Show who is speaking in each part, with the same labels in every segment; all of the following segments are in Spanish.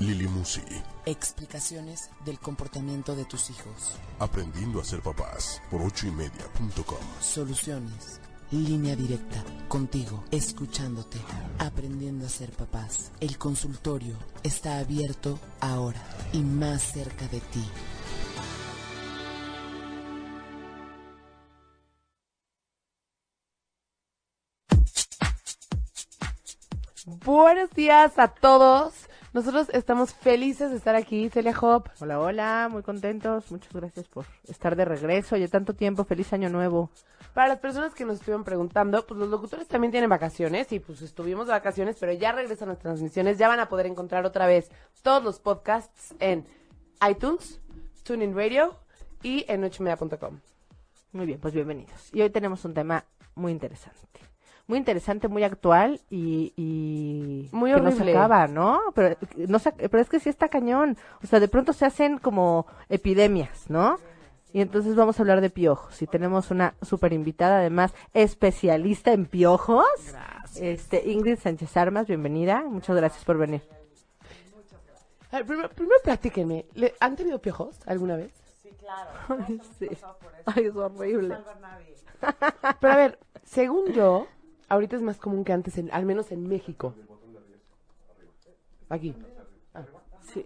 Speaker 1: Lili Musi,
Speaker 2: explicaciones del comportamiento de tus hijos,
Speaker 1: aprendiendo a ser papás por ochoymedia.com.
Speaker 2: soluciones. Línea directa, contigo, escuchándote, aprendiendo a ser papás. El consultorio está abierto ahora y más cerca de ti.
Speaker 3: Buenos días a todos. Nosotros estamos felices de estar aquí, Celia Hop.
Speaker 4: Hola, hola, muy contentos. Muchas gracias por estar de regreso. Ya tanto tiempo, feliz año nuevo.
Speaker 3: Para las personas que nos estuvieron preguntando, pues los locutores también tienen vacaciones y pues estuvimos de vacaciones, pero ya regresan las transmisiones. Ya van a poder encontrar otra vez todos los podcasts en iTunes, TuneIn Radio y en nochemedia.com.
Speaker 4: Muy bien, pues bienvenidos. Y hoy tenemos un tema muy interesante. Muy interesante, muy actual y, y
Speaker 3: Muy
Speaker 4: que no se
Speaker 3: horrible.
Speaker 4: acaba, ¿no? Pero, no se- pero es que sí está cañón. O sea, de pronto se hacen como epidemias, ¿no? Y entonces vamos a hablar de piojos. Y tenemos una super invitada, además, especialista en piojos. Este, Ingrid Sánchez Armas, bienvenida. Muchas gracias por venir.
Speaker 3: A ver, primero, primero platíquenme, ¿le- ¿han tenido piojos alguna vez?
Speaker 4: Sí. Ay, es horrible.
Speaker 3: Pero a ver, según yo, ahorita es más común que antes, en- al menos en México. Aquí. Ah, sí.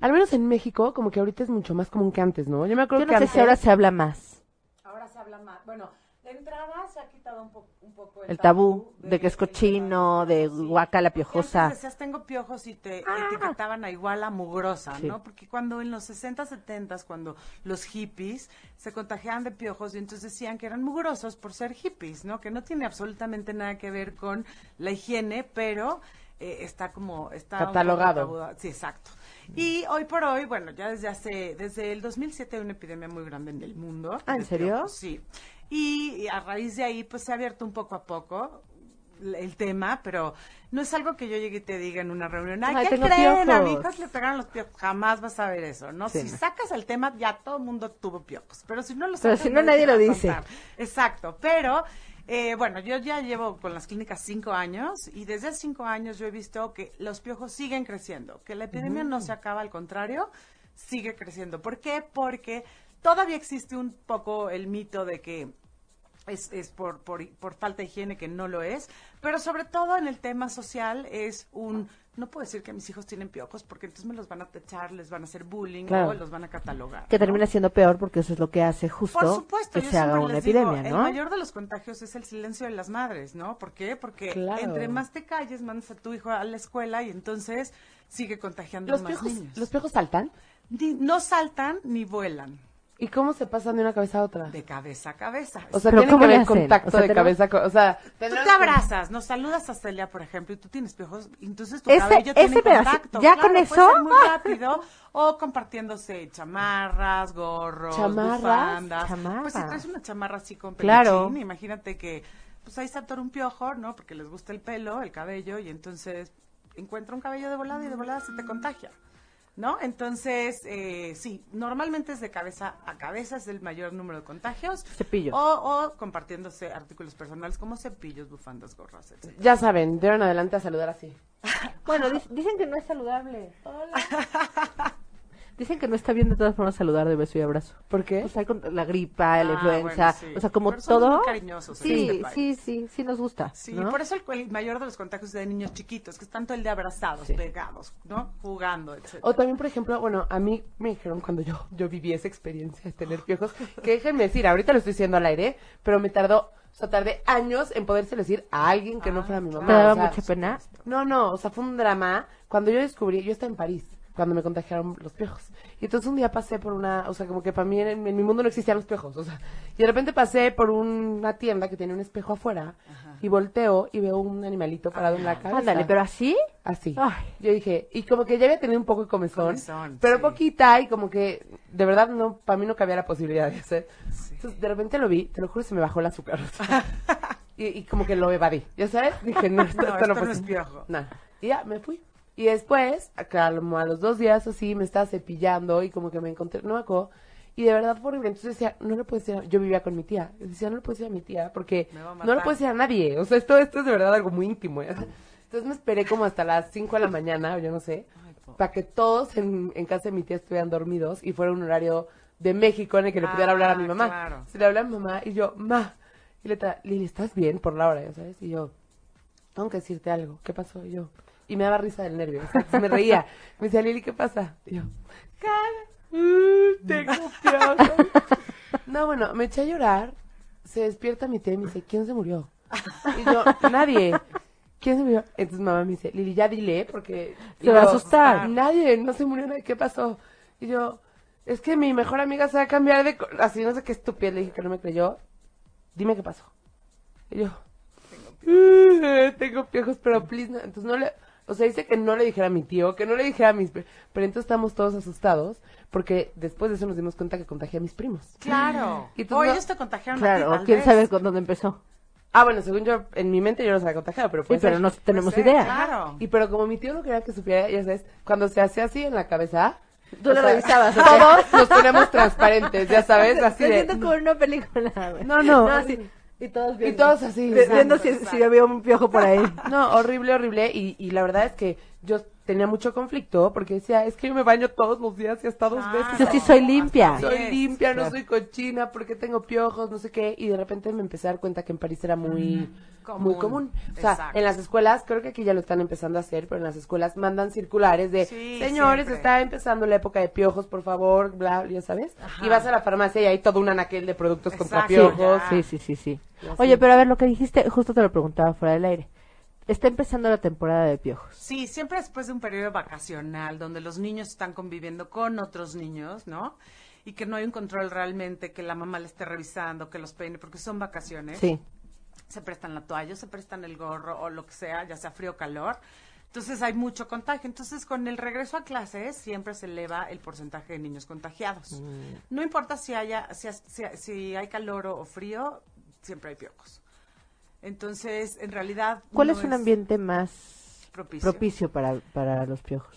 Speaker 3: Al menos en México, como que ahorita es mucho más común que antes, ¿no? Yo me acuerdo
Speaker 4: Yo no
Speaker 3: que
Speaker 4: sé
Speaker 3: antes...
Speaker 4: si ahora se habla más.
Speaker 5: Ahora se habla más. Bueno, de entrada se ha quitado un, po- un poco el,
Speaker 4: El tabú de que es cochino, de guacala
Speaker 5: Piojosa.
Speaker 4: piojosa. Ah.
Speaker 5: decías, tengo piojos y te etiquetaban a igual a mugrosa,
Speaker 4: Sí.
Speaker 5: ¿no? Porque cuando en los 60, 70, cuando los hippies se contagiaban de piojos y entonces decían que eran mugrosos por ser hippies, ¿no? Que no tiene absolutamente nada que ver con la higiene, pero eh, está como... Está un poco
Speaker 3: Catalogado.
Speaker 5: tabu- Sí, exacto. Y hoy por hoy, bueno, ya desde hace, desde el 2007 hay una epidemia muy grande en el mundo.
Speaker 4: Ah, ¿en
Speaker 5: de
Speaker 4: serio?
Speaker 5: piojos, Sí. Y, y a raíz de ahí, pues se ha abierto un poco a poco l- el tema, pero no es algo que yo llegue y te diga en una reunión, ay,
Speaker 4: Ay,
Speaker 5: ¿qué
Speaker 4: tengo
Speaker 5: creen? A mi
Speaker 4: piojos".
Speaker 5: hija le pegaron los piojos, jamás vas a ver eso, ¿no?
Speaker 4: Sí,
Speaker 5: si
Speaker 4: no.
Speaker 5: sacas el tema, ya todo el mundo tuvo piojos, pero si no lo
Speaker 4: Pero
Speaker 5: sacas...
Speaker 4: si no, nadie
Speaker 5: te va
Speaker 4: lo
Speaker 5: a
Speaker 4: dice.
Speaker 5: contar. Exacto, pero eh, bueno, yo ya llevo con las clínicas cinco años y desde hace cinco años yo he visto que los piojos siguen creciendo, que la epidemia no se acaba, al contrario, sigue creciendo. ¿Por qué? Porque todavía existe un poco el mito de que es, es por, por, por falta de higiene que no lo es, pero sobre todo en el tema social es un, no puedo decir que mis hijos tienen piojos porque entonces me los van a techar, les van a hacer bullying
Speaker 4: Claro.
Speaker 5: o los van a catalogar.
Speaker 4: Que
Speaker 5: ¿no?
Speaker 4: termina siendo peor porque eso es lo que hace
Speaker 5: Por
Speaker 4: justo
Speaker 5: supuesto,
Speaker 4: que
Speaker 5: yo
Speaker 4: se haga
Speaker 5: siempre
Speaker 4: una
Speaker 5: les digo,
Speaker 4: epidemia,
Speaker 5: el
Speaker 4: ¿no?
Speaker 5: mayor de los contagios es el silencio de las madres, ¿no? ¿Por qué? Porque
Speaker 3: Claro.
Speaker 5: entre más te calles, mandas a tu hijo a la escuela y entonces sigue contagiando
Speaker 3: ¿Los
Speaker 5: más
Speaker 3: piojos,
Speaker 5: niños.
Speaker 3: ¿Los piojos saltan?
Speaker 5: Ni- No saltan ni vuelan
Speaker 3: ¿Y cómo se pasan de una cabeza a otra?
Speaker 5: de cabeza a cabeza.
Speaker 3: O sea,
Speaker 4: ¿Pero
Speaker 3: tienen
Speaker 4: cómo
Speaker 3: que
Speaker 4: le
Speaker 3: ver
Speaker 4: hacen?
Speaker 3: contacto
Speaker 4: O sea,
Speaker 3: de
Speaker 4: tenemos-
Speaker 3: cabeza con... O sea,
Speaker 5: Tú
Speaker 3: tendrán
Speaker 5: te
Speaker 3: que-
Speaker 5: abrazas, nos saludas a Celia, por ejemplo, y tú tienes piojos, y entonces tu
Speaker 4: Ese-
Speaker 5: cabello
Speaker 4: ese
Speaker 5: tiene
Speaker 4: pedazo-
Speaker 5: contacto.
Speaker 4: ¿ya
Speaker 5: claro,
Speaker 4: con
Speaker 5: puede
Speaker 4: eso?
Speaker 5: ser muy rápido, o compartiéndose chamarras, gorros,
Speaker 3: Chamarras,
Speaker 5: bufandas.
Speaker 4: chamarras.
Speaker 5: Pues si traes una chamarra así con
Speaker 4: Claro.
Speaker 5: peluchín, imagínate que pues ahí se atora un piojo, ¿no? Porque les gusta el pelo, el cabello, y entonces encuentra un cabello de volada y de volada se te contagia. ¿No? Entonces, eh, sí, normalmente es de cabeza a cabeza, es el mayor número de contagios.
Speaker 4: Cepillos.
Speaker 5: O, o compartiéndose artículos personales como cepillos, bufandas, gorras, etc.
Speaker 3: Ya saben, de ahora en adelante a saludar así.
Speaker 4: Bueno, di- dicen que no es saludable. Dicen que no está bien de todas formas saludar de beso y abrazo.
Speaker 3: ¿Por qué?
Speaker 4: O sea, con la gripa, la
Speaker 5: Ah,
Speaker 4: influenza,
Speaker 5: bueno, sí.
Speaker 4: o sea, como
Speaker 5: Pero somos
Speaker 4: todo.
Speaker 5: muy cariñosos en
Speaker 4: sí,
Speaker 5: este país.
Speaker 4: sí, sí, sí nos gusta.
Speaker 5: Sí,
Speaker 4: ¿no?
Speaker 5: por eso el, el mayor de los contagios es de niños chiquitos, que están todo el día abrazados,
Speaker 3: Sí.
Speaker 5: pegados, ¿no? Jugando, etc.
Speaker 3: O también, por ejemplo, bueno, a mí me dijeron cuando yo, yo viví esa experiencia de tener piojos, que déjenme decir, ahorita lo estoy diciendo al aire, pero me tardó, o sea, tardé años en podérselo decir a alguien que no
Speaker 5: Ah,
Speaker 3: fuera mi mamá.
Speaker 4: ¿Te daba
Speaker 3: o sea,
Speaker 4: mucha pena?
Speaker 3: No, no, o sea, fue un drama. Cuando yo descubrí, yo estaba en París. cuando me contagiaron los piojos. Y entonces un día pasé por una, o sea, como que para mí en, en mi mundo no existían los piojos, o sea, y de repente pasé por una tienda que tiene un espejo afuera y volteo y veo un animalito parado en la cabeza.
Speaker 4: Ah, Ándale, pero así.
Speaker 3: Así.
Speaker 4: Ay.
Speaker 3: Yo dije, y como que ya había tenido un poco de comezón,
Speaker 5: Comezón,
Speaker 3: pero
Speaker 5: sí.
Speaker 3: poquita, y como que de verdad no, para mí no cabía la posibilidad de hacer.
Speaker 5: Sí.
Speaker 3: Entonces de repente lo vi, te lo juro, se me bajó el azúcar. o sea, y, y como que lo evadí, ¿ya sabes? Dije, no, esto
Speaker 5: No,
Speaker 3: esto
Speaker 5: esto
Speaker 3: no,
Speaker 5: no
Speaker 3: puede
Speaker 5: es
Speaker 3: ser.
Speaker 5: piojo.
Speaker 3: Nah. Y ya me fui. Y después, a- como a los dos días o así, me estaba cepillando y como que me encontré, no me acuerdo. Y de verdad fue horrible. Entonces decía, no le puedo decir, a- yo vivía con mi tía. Y Decía, no le puedo decir a mi tía porque
Speaker 5: Me va a
Speaker 3: no le
Speaker 5: matar.
Speaker 3: puedo decir a nadie. O sea, esto, esto es de verdad algo muy íntimo. ¿ya? Entonces me esperé como hasta las 5 de la mañana, o yo no sé,
Speaker 5: Ay, pobre.
Speaker 3: para que todos en, en casa de mi tía estuvieran dormidos y fuera un horario de México en el que le pudiera hablar a mi
Speaker 5: Ah,
Speaker 3: mamá.
Speaker 5: claro.
Speaker 3: Se le hablé a mi mamá y yo, ma. Y le tra- Lili, ¿estás bien por la hora? ya ¿Sabes? Y yo, tengo que decirte algo. ¿Qué pasó? Y yo, y me daba risa del nervio. o sea, me reía. Me decía, Lili, ¿qué pasa? Y yo, cara, uh, tengo piojos. No, bueno, me eché a llorar. Se despierta mi tía y me dice, ¿quién se murió? Y yo, nadie. ¿Quién se murió? Entonces mamá me dice, Lili, ya dile, porque...
Speaker 4: Se
Speaker 3: y
Speaker 4: va a
Speaker 3: yo, ah,
Speaker 4: asustar.
Speaker 3: Nadie, no se murió nadie, ¿qué pasó? Y yo, es que mi mejor amiga se va a cambiar de... co- Así, no sé qué estúpida, le dije que no me creyó. Dime qué pasó. Y yo, "Eh, tengo piojos, pero please, no". entonces no le, o sea, dice que no le dijera a mi tío, que no le dijera a mis, pri- pero entonces estamos todos asustados, porque después de eso nos dimos cuenta que contagié a mis primos.
Speaker 5: Claro.
Speaker 3: Y tú
Speaker 5: O
Speaker 3: no-
Speaker 5: ellos te contagiaron a ti,
Speaker 4: Claro,
Speaker 5: tal
Speaker 4: quién
Speaker 5: vez.
Speaker 4: sabe con dónde empezó.
Speaker 3: Ah, bueno, según yo, en mi mente yo los había contagiado, pero
Speaker 4: Sí,
Speaker 3: pues
Speaker 4: pero no tenemos
Speaker 5: ser,
Speaker 4: idea.
Speaker 5: Claro.
Speaker 3: Y pero como mi tío no quería que supiera, ya sabes, cuando se hacía así en la cabeza,
Speaker 4: Tú
Speaker 3: o
Speaker 4: lo
Speaker 3: sea,
Speaker 4: revisabas, ¿ok?
Speaker 3: todos nos ponemos transparentes, ya sabes, así
Speaker 4: Me
Speaker 3: de,
Speaker 4: siento como en una película. güey.
Speaker 3: No, no.
Speaker 4: así, y todos viendo.
Speaker 3: todos así,
Speaker 4: vi- Viendo
Speaker 3: exacto,
Speaker 4: si, si había un piojo por ahí.
Speaker 3: No, horrible, horrible. Y, y la verdad es que yo tenía mucho conflicto porque decía, es que yo me baño todos los días y hasta dos
Speaker 5: Claro.
Speaker 3: veces.
Speaker 4: Yo sí soy limpia.
Speaker 5: Así
Speaker 3: Soy
Speaker 5: es.
Speaker 3: limpia, no soy cochina, porque tengo piojos, no sé qué. Y de repente me empecé a dar cuenta que en París era muy
Speaker 5: Mm, Común.
Speaker 3: muy común. O sea,
Speaker 5: Exacto.
Speaker 3: en las escuelas, creo que aquí ya lo están empezando a hacer, pero en las escuelas mandan circulares de,
Speaker 5: Sí,
Speaker 3: señores,
Speaker 5: siempre.
Speaker 3: está empezando la época de piojos, por favor, bla, bla, ya sabes. Y vas a la farmacia y hay todo un anaquel de productos contra
Speaker 5: Exacto,
Speaker 3: piojos.
Speaker 5: ya.
Speaker 4: Sí, sí, sí, sí.
Speaker 3: Ya
Speaker 4: Oye,
Speaker 3: sí.
Speaker 4: pero a ver, lo que dijiste, justo te lo preguntaba fuera del aire. Está empezando la temporada de piojos.
Speaker 5: Sí, siempre después de un periodo vacacional donde los niños están conviviendo con otros niños, ¿no? Y que no hay un control realmente, que la mamá le esté revisando, que los peine, porque son vacaciones.
Speaker 4: Sí.
Speaker 5: Se prestan la toalla, se prestan el gorro o lo que sea, ya sea frío o calor. Entonces hay mucho contagio. Entonces con el regreso a clases siempre se eleva el porcentaje de niños contagiados.
Speaker 4: Mm.
Speaker 5: No importa si, haya, si, has- si- si hay calor o o frío, siempre hay piojos. Entonces, en realidad...
Speaker 4: ¿Cuál
Speaker 5: no
Speaker 4: es un ambiente más
Speaker 5: propicio?
Speaker 4: propicio para, para los piojos?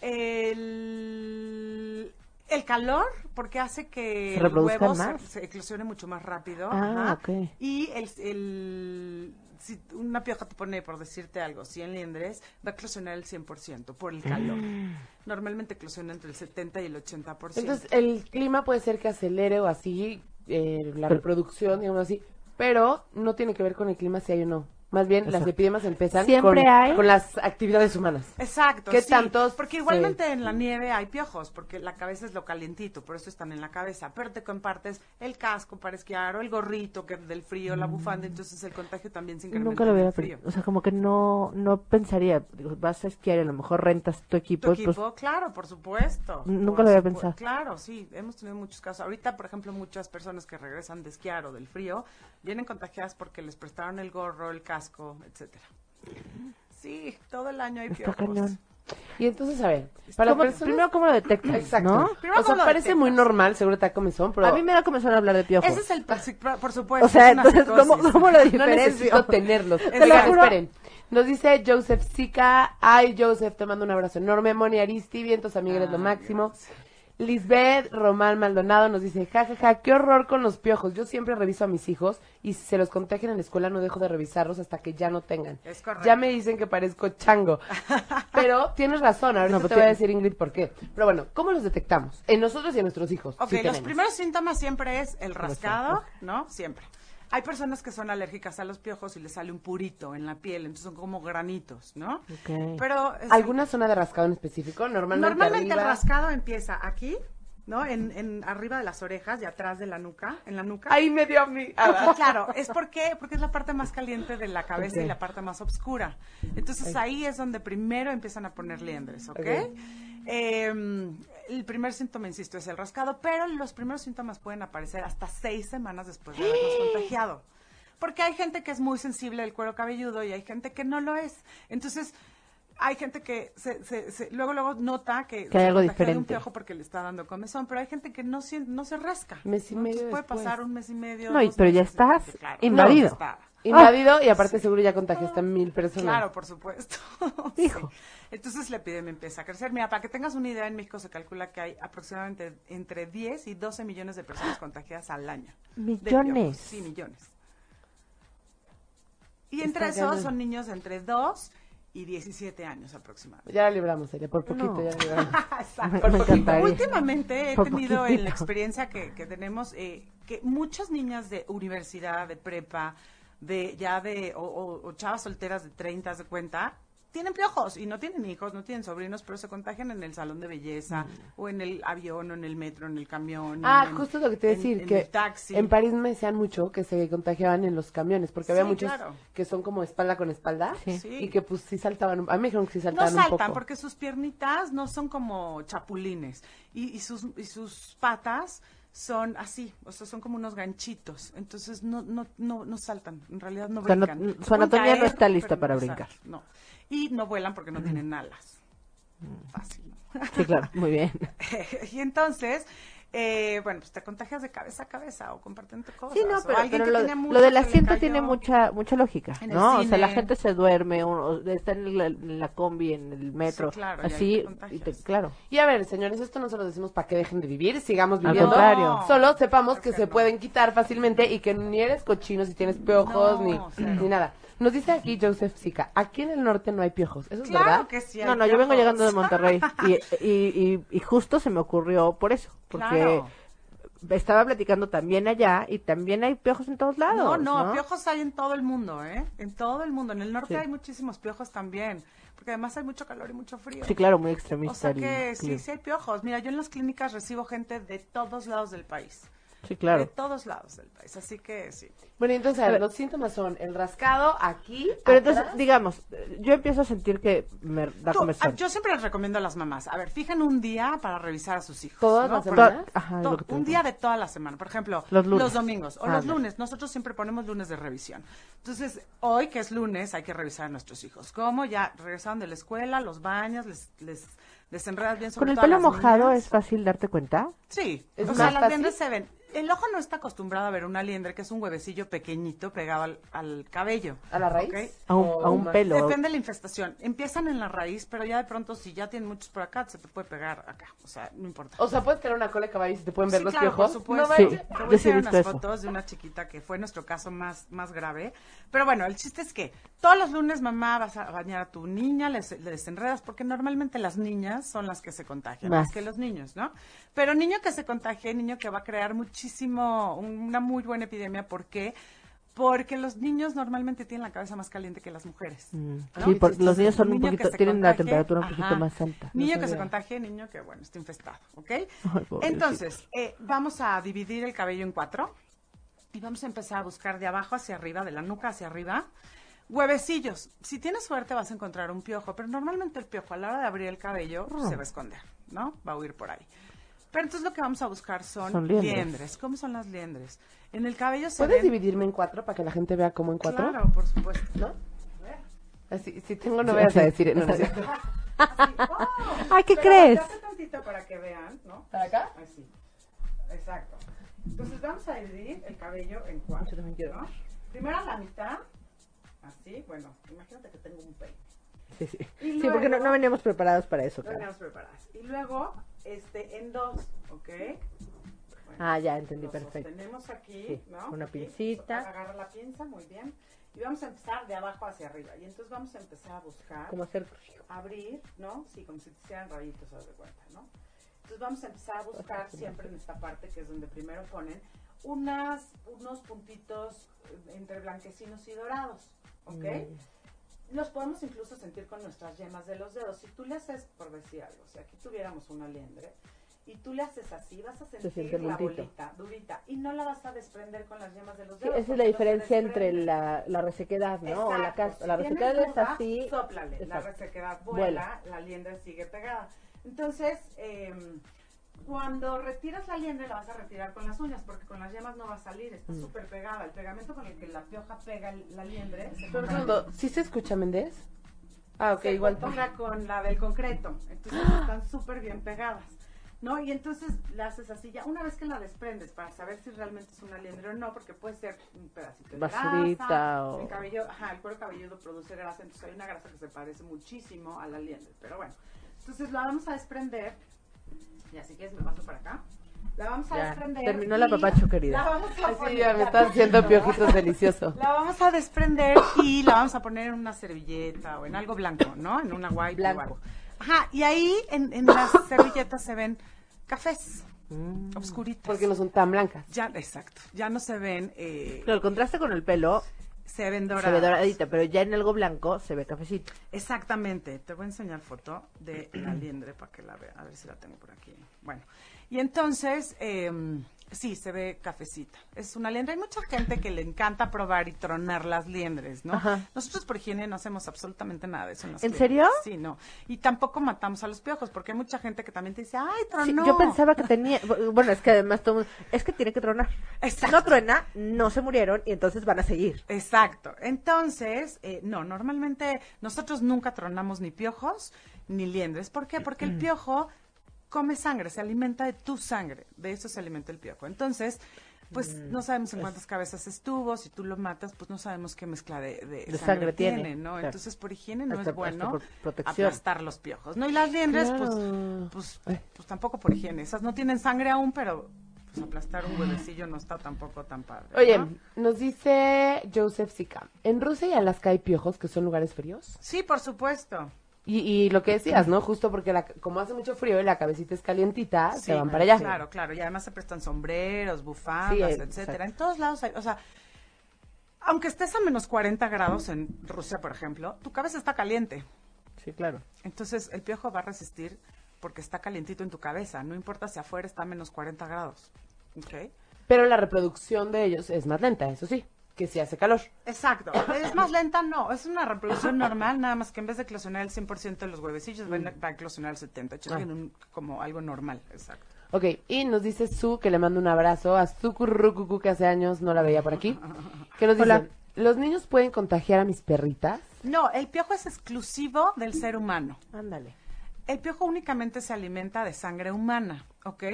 Speaker 5: El, el calor, porque hace que
Speaker 4: Se
Speaker 5: el
Speaker 4: reproduzcan
Speaker 5: huevo se,
Speaker 4: más.
Speaker 5: se eclosione mucho más rápido.
Speaker 4: Ah,
Speaker 5: ajá.
Speaker 4: ok.
Speaker 5: Y el, el- si una pioja te pone, por decirte algo, 100 liendres, va a eclosionar el 100% por el calor.
Speaker 4: Ah.
Speaker 5: Normalmente eclosiona entre el 70 y el 80%.
Speaker 3: Entonces, el clima puede ser que acelere o así eh, la
Speaker 4: Pero-
Speaker 3: reproducción, digamos así, pero no tiene que ver con el clima si hay o no. Más bien, las
Speaker 4: Exacto.
Speaker 3: epidemias empiezan
Speaker 4: Siempre
Speaker 3: con,
Speaker 4: hay.
Speaker 3: con las actividades humanas.
Speaker 5: Exacto.
Speaker 3: ¿Qué
Speaker 5: sí,
Speaker 3: tantos se-
Speaker 5: Porque igualmente en la nieve hay piojos, porque la cabeza es lo calientito, por eso están en la cabeza. Pero te compartes el casco para esquiar o el gorrito que del frío, la bufanda, entonces el contagio también se incrementa.
Speaker 4: Nunca lo
Speaker 5: en el
Speaker 4: hubiera
Speaker 5: frío.
Speaker 4: pensado. O sea, como que no, no pensaría. Digo, vas a esquiar y a lo mejor rentas tu equipo.
Speaker 5: Tu
Speaker 4: y pues,
Speaker 5: equipo, claro, por supuesto.
Speaker 4: Nunca
Speaker 5: por
Speaker 4: lo había
Speaker 5: supue-
Speaker 4: pensado.
Speaker 5: Claro, sí, hemos tenido muchos casos. Ahorita, por ejemplo, muchas personas que regresan de esquiar o del frío vienen contagiadas porque les prestaron el gorro, el casco, etcétera. Sí, todo el año hay
Speaker 4: Está
Speaker 5: piojos.
Speaker 4: cañón.
Speaker 3: Y entonces, a ver, para
Speaker 4: ¿Cómo-
Speaker 3: personas-
Speaker 4: Primero, ¿cómo lo detectas?
Speaker 3: Exacto.
Speaker 4: ¿no?
Speaker 5: Primero,
Speaker 3: o sea,
Speaker 5: ¿cómo lo
Speaker 3: parece muy
Speaker 5: detectas?
Speaker 3: normal, seguro te da comezón, pero
Speaker 4: A mí me da comenzar a hablar de piojos.
Speaker 5: Ese es el, por, por supuesto.
Speaker 4: O sea,
Speaker 5: es una
Speaker 4: entonces, ¿cómo,
Speaker 5: psicosis.
Speaker 4: ¿cómo lo
Speaker 3: no
Speaker 4: diferencio?
Speaker 3: necesito tenerlos.
Speaker 5: Te
Speaker 3: Oigan,
Speaker 5: lo juro.
Speaker 3: esperen. Nos dice Joseph Sica. Ay, Joseph, te mando un abrazo enorme. Moni Aristi, vientos amiga, eres lo
Speaker 5: Ay,
Speaker 3: máximo. Lisbeth Román Maldonado nos dice, jajaja, qué horror con los piojos. Yo siempre reviso a mis hijos y si se los contagian en la escuela no dejo de revisarlos hasta que ya no tengan.
Speaker 5: Es correcto.
Speaker 3: Ya me dicen que parezco chango. Pero tienes razón, ahorita
Speaker 4: No,
Speaker 5: pues
Speaker 4: pero
Speaker 3: te voy a
Speaker 4: tiene-
Speaker 3: decir Ingrid por qué. Pero bueno, ¿cómo los detectamos? En nosotros y en nuestros hijos.
Speaker 5: Ok,
Speaker 3: si
Speaker 5: los
Speaker 3: tenemos. este,
Speaker 5: primeros síntomas siempre es el rascado, ¿no? Siempre. Hay personas que son alérgicas a los piojos y les sale un purito en la piel, entonces son como granitos, ¿no?
Speaker 4: Ok.
Speaker 5: Pero es-
Speaker 3: ¿Alguna zona de rascado en específico? Normalmente,
Speaker 5: normalmente el
Speaker 3: arriba.
Speaker 5: rascado empieza aquí, ¿no? En, en arriba de las orejas y atrás de la nuca, en la nuca.
Speaker 3: Ahí me dio a mí. Ah,
Speaker 5: Y claro, es porque, porque es la parte más caliente de la cabeza y la parte más oscura. Entonces ahí es donde primero empiezan a poner liendres, ¿ok?
Speaker 3: Ok.
Speaker 5: Eh, el primer síntoma, insisto, es el rascado, pero los primeros síntomas pueden aparecer hasta seis semanas después de habernos contagiado. Porque hay gente que es muy sensible al cuero cabelludo y hay gente que no lo es. Entonces, hay gente que se- se- se- luego luego nota que,
Speaker 4: Que hay
Speaker 5: se
Speaker 4: algo
Speaker 5: contagió de un
Speaker 4: diferente.
Speaker 5: piojo porque le está dando comezón, pero hay gente que no, sien- no se rasca.
Speaker 3: Mes y
Speaker 5: ¿no? Entonces
Speaker 3: medio
Speaker 5: puede
Speaker 3: después.
Speaker 5: pasar un mes y medio.
Speaker 4: No, y-
Speaker 5: dos
Speaker 4: pero ya
Speaker 5: meses, depende,
Speaker 4: estás
Speaker 5: claro.
Speaker 4: invadido.
Speaker 5: No, está-
Speaker 3: Invadido y aparte seguro ya contagiaste a mil personas.
Speaker 5: Ah. Claro, por supuesto. Sí.
Speaker 4: Hijo.
Speaker 5: Entonces la epidemia empieza a crecer. Mira, para que tengas una idea, en México se calcula que hay aproximadamente entre 10 y 12 millones de personas contagiadas al año. De piojos.
Speaker 4: Millones.
Speaker 5: Sí, millones. Y
Speaker 3: Está
Speaker 5: entre esos
Speaker 3: cañón.
Speaker 5: son niños de entre 2 y 17 años aproximadamente.
Speaker 3: Ya la libramos, Celia, por poquito ya la libramos.
Speaker 5: Exacto.
Speaker 4: Me- me
Speaker 5: Poquito.
Speaker 4: encantaría.
Speaker 5: Últimamente he
Speaker 4: Por
Speaker 5: tenido en
Speaker 4: poquitito.
Speaker 5: la experiencia que, que tenemos eh, que muchas niñas de universidad, de prepa, de ya de, o, o- o chavas solteras de 30 haz de cuenta, tienen piojos y no tienen hijos, no tienen sobrinos, pero se contagian en el salón de belleza,
Speaker 4: Mm.
Speaker 5: o en el avión, o en el metro, en el camión.
Speaker 3: Ah,
Speaker 5: en-
Speaker 3: justo lo que te iba
Speaker 5: en-
Speaker 3: a decir,
Speaker 5: en
Speaker 3: que
Speaker 5: el taxi.
Speaker 3: en París me decían mucho que se contagiaban en los camiones, porque había
Speaker 5: Sí,
Speaker 3: muchos
Speaker 5: claro.
Speaker 3: que son como espalda con espalda
Speaker 5: Sí.
Speaker 3: y que pues sí saltaban, un- a mí me dijeron que sí
Speaker 5: No
Speaker 3: saltaban un
Speaker 5: saltan
Speaker 3: poco.
Speaker 5: porque sus piernitas no son como chapulines y, y sus, y sus patas son así, o sea, son como unos ganchitos. Entonces no, no, no, no saltan, en realidad no
Speaker 4: O sea, no-
Speaker 5: brincan.
Speaker 4: su
Speaker 5: Pueden
Speaker 4: anatomía no está lista
Speaker 5: pero
Speaker 4: para
Speaker 5: no
Speaker 4: brincar. Mm.
Speaker 5: sal- no. Y no vuelan porque no tienen alas. Fácil. ¿no?
Speaker 4: Sí, claro, muy bien.
Speaker 5: y entonces, eh, bueno, pues te contagias de cabeza a cabeza o compartiendo cosas.
Speaker 4: Sí, no,
Speaker 5: o
Speaker 4: pero,
Speaker 5: alguien
Speaker 4: pero
Speaker 5: que
Speaker 4: lo,
Speaker 5: tenía mucho
Speaker 4: lo del
Speaker 5: que le
Speaker 4: asiento
Speaker 5: cayó.
Speaker 4: tiene mucha mucha lógica,
Speaker 5: En el
Speaker 4: ¿no? O sea, la
Speaker 5: cine.
Speaker 4: gente se duerme, uno- está en la, en la combi, en el metro,
Speaker 5: claro, y ahí
Speaker 4: así,
Speaker 5: te contagias.
Speaker 4: y te- claro.
Speaker 3: Y a ver, señores, esto no se lo decimos para que dejen de vivir, sigamos
Speaker 4: Al
Speaker 3: viviendo.
Speaker 4: contrario.
Speaker 5: No.
Speaker 3: Solo sepamos
Speaker 5: Creo
Speaker 3: que
Speaker 5: que
Speaker 3: se
Speaker 5: no.
Speaker 3: pueden quitar fácilmente y que ni eres cochino si tienes piojos
Speaker 5: No,
Speaker 3: ni,
Speaker 5: cero.
Speaker 3: ni nada. Nos dice aquí Joseph Sica, aquí en el norte no hay piojos, ¿eso es
Speaker 5: Claro
Speaker 3: verdad?
Speaker 5: que sí. hay
Speaker 4: No, no, yo vengo
Speaker 5: piojos.
Speaker 4: llegando de Monterrey y, y, y- y justo se me ocurrió por eso, porque
Speaker 5: Claro.
Speaker 4: estaba platicando también allá y también hay piojos en todos lados.
Speaker 5: No,
Speaker 4: No,
Speaker 5: no, piojos hay en todo el mundo, ¿eh? En todo el mundo. En el
Speaker 4: Sí.
Speaker 5: norte hay muchísimos piojos también, porque además hay mucho calor y mucho frío.
Speaker 4: Sí, claro, muy
Speaker 5: O
Speaker 4: extremista.
Speaker 5: sea
Speaker 4: el
Speaker 5: que sí,
Speaker 4: clima.
Speaker 5: sí hay piojos. Mira, yo en las clínicas recibo gente de todos lados del país.
Speaker 4: Sí,
Speaker 5: De
Speaker 4: claro.
Speaker 5: todos lados del país. Así que sí.
Speaker 3: Bueno, entonces, a
Speaker 4: A
Speaker 3: ver,
Speaker 4: ver.
Speaker 3: los síntomas son el rascado aquí,
Speaker 4: Pero
Speaker 3: atrás.
Speaker 4: entonces, digamos, yo empiezo a sentir que me da
Speaker 5: Tú, ah,
Speaker 4: comezón.
Speaker 5: yo siempre les recomiendo a las mamás. A ver, fijen un día para revisar a sus hijos.
Speaker 3: ¿Todas
Speaker 5: ¿no?
Speaker 3: las
Speaker 5: Por-
Speaker 3: semanas?
Speaker 4: Ajá, es
Speaker 5: To-
Speaker 4: lo que te
Speaker 5: un
Speaker 4: digo.
Speaker 5: día de toda la semana. Por ejemplo,
Speaker 4: Los
Speaker 5: los,
Speaker 4: lunes.
Speaker 5: domingos o
Speaker 4: Ah,
Speaker 5: los
Speaker 4: ya.
Speaker 5: lunes. Nosotros siempre ponemos lunes de revisión. Entonces, hoy que es lunes, hay que revisar a nuestros hijos. ¿Cómo? Ya regresaron de la escuela, los baños, les, les desenredas bien sobre
Speaker 4: Con el
Speaker 5: todo a
Speaker 4: pelo
Speaker 5: las
Speaker 4: mojado
Speaker 5: niñas.
Speaker 4: es fácil darte cuenta.
Speaker 5: Sí,
Speaker 3: ¿Es
Speaker 5: o sea,
Speaker 3: más
Speaker 5: las
Speaker 3: fácil?
Speaker 5: liendres se ven. El ojo no está acostumbrado a ver una liendre, que es un huevecillo pequeñito pegado al, al cabello.
Speaker 3: a la raíz.
Speaker 5: ¿ok?
Speaker 4: A un-
Speaker 3: o
Speaker 4: a un
Speaker 3: más.
Speaker 4: pelo.
Speaker 5: Depende de la infestación. Empiezan en la raíz, pero ya de pronto, si ya tienen muchos por acá, se te puede pegar acá. O sea, no importa.
Speaker 3: O sea, puedes tener una cola de caballo y se te pueden ver
Speaker 5: Sí,
Speaker 3: los
Speaker 5: claro,
Speaker 3: piojos.
Speaker 5: Por supuesto.
Speaker 3: No
Speaker 4: Sí.
Speaker 3: manches.
Speaker 5: Te voy a
Speaker 4: yo sí he
Speaker 5: enseñar
Speaker 4: visto
Speaker 5: unas
Speaker 4: eso.
Speaker 5: fotos de una chiquita que fue nuestro caso más, más grave. Pero bueno, el chiste es que todos los lunes, mamá, vas a bañar a tu niña, les, le desenredas, porque normalmente las niñas son las que se contagian,
Speaker 4: Más.
Speaker 5: más que los niños, ¿no? Pero niño que se contagia, niño que va a crear muchísimo, una muy buena epidemia, ¿por qué? Porque los niños normalmente tienen la cabeza más caliente que las mujeres. ¿no?
Speaker 4: Mm. Sí, por-
Speaker 5: Entonces,
Speaker 4: los niños son un
Speaker 5: niño que
Speaker 4: poquito,
Speaker 5: se
Speaker 4: tienen la
Speaker 5: contagie,
Speaker 4: temperatura un poquito
Speaker 5: ajá.
Speaker 4: más alta.
Speaker 5: Niño que se
Speaker 3: sabía.
Speaker 5: contagie, niño que, bueno, está infestado, ¿ok?
Speaker 4: pobrecito.
Speaker 5: Entonces, eh, vamos a dividir el cabello en cuatro y vamos a empezar a buscar de abajo hacia arriba, de la nuca hacia arriba, huevecillos. Si tienes suerte vas a encontrar un piojo, pero normalmente el piojo a la hora de abrir el cabello
Speaker 4: Mm.
Speaker 5: se va a esconder, ¿no? Va a huir por ahí. Pero entonces lo que vamos a buscar son,
Speaker 4: Son liendres.
Speaker 5: liendres. ¿Cómo son las liendres? En el cabello se
Speaker 3: ¿Puedes
Speaker 5: ven-
Speaker 3: dividirme en cuatro para que la gente vea cómo en cuatro?
Speaker 5: Claro, por supuesto.
Speaker 3: ¿No? Así, si tengo, no
Speaker 4: Sí,
Speaker 3: vayas a
Speaker 4: sí.
Speaker 3: decir. No, no es
Speaker 4: Así.
Speaker 3: cierto.
Speaker 4: Ay, ¿qué
Speaker 5: Pero
Speaker 4: crees?
Speaker 5: ya hace tantito para que vean, ¿no?
Speaker 3: ¿Para acá?
Speaker 5: Así. Exacto. Entonces vamos a dividir el cabello en cuatro.
Speaker 3: Yo también quiero.
Speaker 5: ¿no? Primero la mitad. Así, bueno, imagínate que tengo un peine.
Speaker 4: Sí, sí.
Speaker 5: Y
Speaker 4: Sí, porque no,
Speaker 5: luego-
Speaker 4: no veníamos preparados para eso,
Speaker 5: Lo
Speaker 4: claro.
Speaker 5: tenemos preparadas. Y luego, este, en dos, ¿ok? Bueno,
Speaker 4: Ah, ya entendí,
Speaker 5: lo
Speaker 4: perfecto.
Speaker 5: sostenemos aquí,
Speaker 4: Sí,
Speaker 5: ¿no?
Speaker 4: una
Speaker 5: Aquí,
Speaker 4: pincita.
Speaker 5: so- Agarra la pinza, muy bien. Y vamos a empezar de abajo hacia arriba. Y entonces vamos a empezar a buscar
Speaker 4: Como hacer...
Speaker 5: abrir, ¿no? Sí, como si te hicieran rayitos, haz de cuenta, ¿no? Entonces vamos a empezar a buscar siempre en esta parte, que es donde primero ponen, unas, unos puntitos eh, entre blanquecinos y dorados, ¿ok? Los podemos incluso sentir con nuestras yemas de los dedos. Si tú le haces, por decir algo, si aquí tuviéramos una liendre, y tú le haces así, vas a sentir
Speaker 4: siente
Speaker 5: la
Speaker 4: lentito.
Speaker 5: bolita, durita, y no la vas a desprender con las yemas de los
Speaker 4: Sí,
Speaker 5: dedos.
Speaker 4: esa es
Speaker 5: porque
Speaker 4: la
Speaker 5: no se
Speaker 4: diferencia entre
Speaker 5: desprende.
Speaker 4: la, la resequedad, ¿no? O la,
Speaker 5: Exacto.
Speaker 4: cas- la
Speaker 5: Si tienes
Speaker 4: resequedad es
Speaker 5: duda,
Speaker 4: así.
Speaker 5: Sóplale, la
Speaker 4: Exacto.
Speaker 5: resequedad vuela,
Speaker 4: Vuela.
Speaker 5: la liendra sigue pegada. Entonces, eh, cuando retiras la liendra la vas a retirar con las uñas, porque con las yemas no va a salir,
Speaker 4: Mm.
Speaker 5: está súper pegada. El pegamento con el que la pioja pega el- la liendre se
Speaker 3: Pero,
Speaker 5: pega-
Speaker 3: Rudo, ¿Sí se escucha Méndez? Ah, ok,
Speaker 5: se
Speaker 3: igual.
Speaker 5: compara con la del concreto. Entonces
Speaker 4: ¡Ah!
Speaker 5: están súper bien pegadas. ¿No? Y entonces la haces así ya, una vez que la desprendes para saber si realmente es una liendre o no, porque puede ser un pedacito de
Speaker 4: Basurita
Speaker 5: grasa,
Speaker 4: o-
Speaker 5: el cabello, ajá, el cuero cabelludo produce grasa, entonces hay una grasa que se parece muchísimo a la liendre, pero bueno. Entonces la vamos a desprender, y así que me paso para acá. La vamos a
Speaker 4: Ya,
Speaker 5: desprender.
Speaker 4: terminó
Speaker 5: y
Speaker 4: la papacho, querida.
Speaker 5: La vamos a
Speaker 3: Ay, sí,
Speaker 5: poner
Speaker 3: ya me
Speaker 5: la
Speaker 3: están haciendo
Speaker 5: papacho.
Speaker 3: piojitos delicioso.
Speaker 5: La vamos a desprender y la vamos a poner en una servilleta o en algo blanco, ¿no? En una white
Speaker 4: Blanco.
Speaker 5: o algo. Ajá, y ahí en, en las servilletas se ven cafés
Speaker 4: Mm.
Speaker 5: obscuritos.
Speaker 3: Porque no son tan blancas.
Speaker 5: Ya, exacto. Ya no se ven, eh,
Speaker 4: Claro, el contraste con el pelo
Speaker 5: se ven
Speaker 4: se ve
Speaker 5: doradas.
Speaker 4: doradita, pero ya en algo blanco se ve cafecito.
Speaker 5: Exactamente. Te voy a enseñar foto de la liendre para que la vean. A ver si la tengo por aquí. Bueno, y entonces, eh, sí, se ve cafecita. Es una liendre. Hay mucha gente que le encanta probar y tronar las liendres, ¿no?
Speaker 4: Ajá.
Speaker 5: Nosotros por higiene no hacemos absolutamente nada de eso. las
Speaker 4: ¿En
Speaker 5: liendres.
Speaker 4: serio?
Speaker 5: Sí, no. Y tampoco matamos a los piojos, porque hay mucha gente que también te dice, ay, tronó.
Speaker 4: Sí, Yo pensaba que tenía, bueno, es que además todo el mundo- es que tiene que tronar.
Speaker 5: Exacto.
Speaker 4: No truena, no se murieron y entonces van a seguir.
Speaker 5: Exacto. Entonces, eh, no, normalmente nosotros nunca tronamos ni piojos ni liendres. ¿Por qué? Porque
Speaker 4: Mm.
Speaker 5: el piojo come sangre, se alimenta de tu sangre. De eso se alimenta el piojo. Entonces, pues
Speaker 4: Mm,
Speaker 5: no sabemos en cuántas cabezas estuvo. Si tú lo matas, pues no sabemos qué mezcla de, de
Speaker 4: De sangre tiene,
Speaker 5: ¿no?
Speaker 4: claro.
Speaker 5: Entonces, por higiene no
Speaker 4: Hasta-
Speaker 5: es bueno
Speaker 4: hasta por protección.
Speaker 5: aplastar los piojos, ¿no? Y las liendres,
Speaker 3: Claro.
Speaker 5: pues, pues, pues tampoco por higiene. Esas no tienen sangre aún, pero pues aplastar un huevecillo no está tampoco tan padre.
Speaker 3: Oye,
Speaker 5: ¿no?
Speaker 3: nos dice Joseph Sika. ¿En Rusia y Alaska hay piojos que son lugares fríos?
Speaker 5: Sí, por supuesto.
Speaker 3: Y, y lo que decías, ¿no? Justo porque la- como hace mucho frío y la cabecita es calientita,
Speaker 5: Sí,
Speaker 3: se van para allá.
Speaker 5: Claro, claro. Y además se prestan sombreros, bufandas,
Speaker 3: Sí, exacto.
Speaker 5: etcétera. En todos lados hay, o sea, aunque estés a menos 40 grados en Rusia, por ejemplo, tu cabeza está caliente.
Speaker 4: Sí, claro.
Speaker 5: Entonces el piojo va a resistir porque está calientito en tu cabeza. No importa si afuera está a menos 40 grados. ¿Ok?
Speaker 3: Pero la reproducción de ellos es más lenta, eso sí, que si hace calor.
Speaker 5: Exacto. Es más lenta, no. Es una reproducción normal, nada más que en vez de eclosionar el 100% de los huevecillos, van a- va a eclosionar el 70%.
Speaker 3: Ah.
Speaker 5: en un- como algo normal. Exacto.
Speaker 3: Ok, y nos dice Su, que le mando un abrazo a Su Currucucu, que hace años no la veía por aquí, que nos dice,
Speaker 4: Hola.
Speaker 3: ¿los niños pueden contagiar a mis perritas?
Speaker 5: No, el piojo es exclusivo del ser humano.
Speaker 4: Ándale.
Speaker 5: El piojo únicamente se alimenta de sangre humana, ¿ok?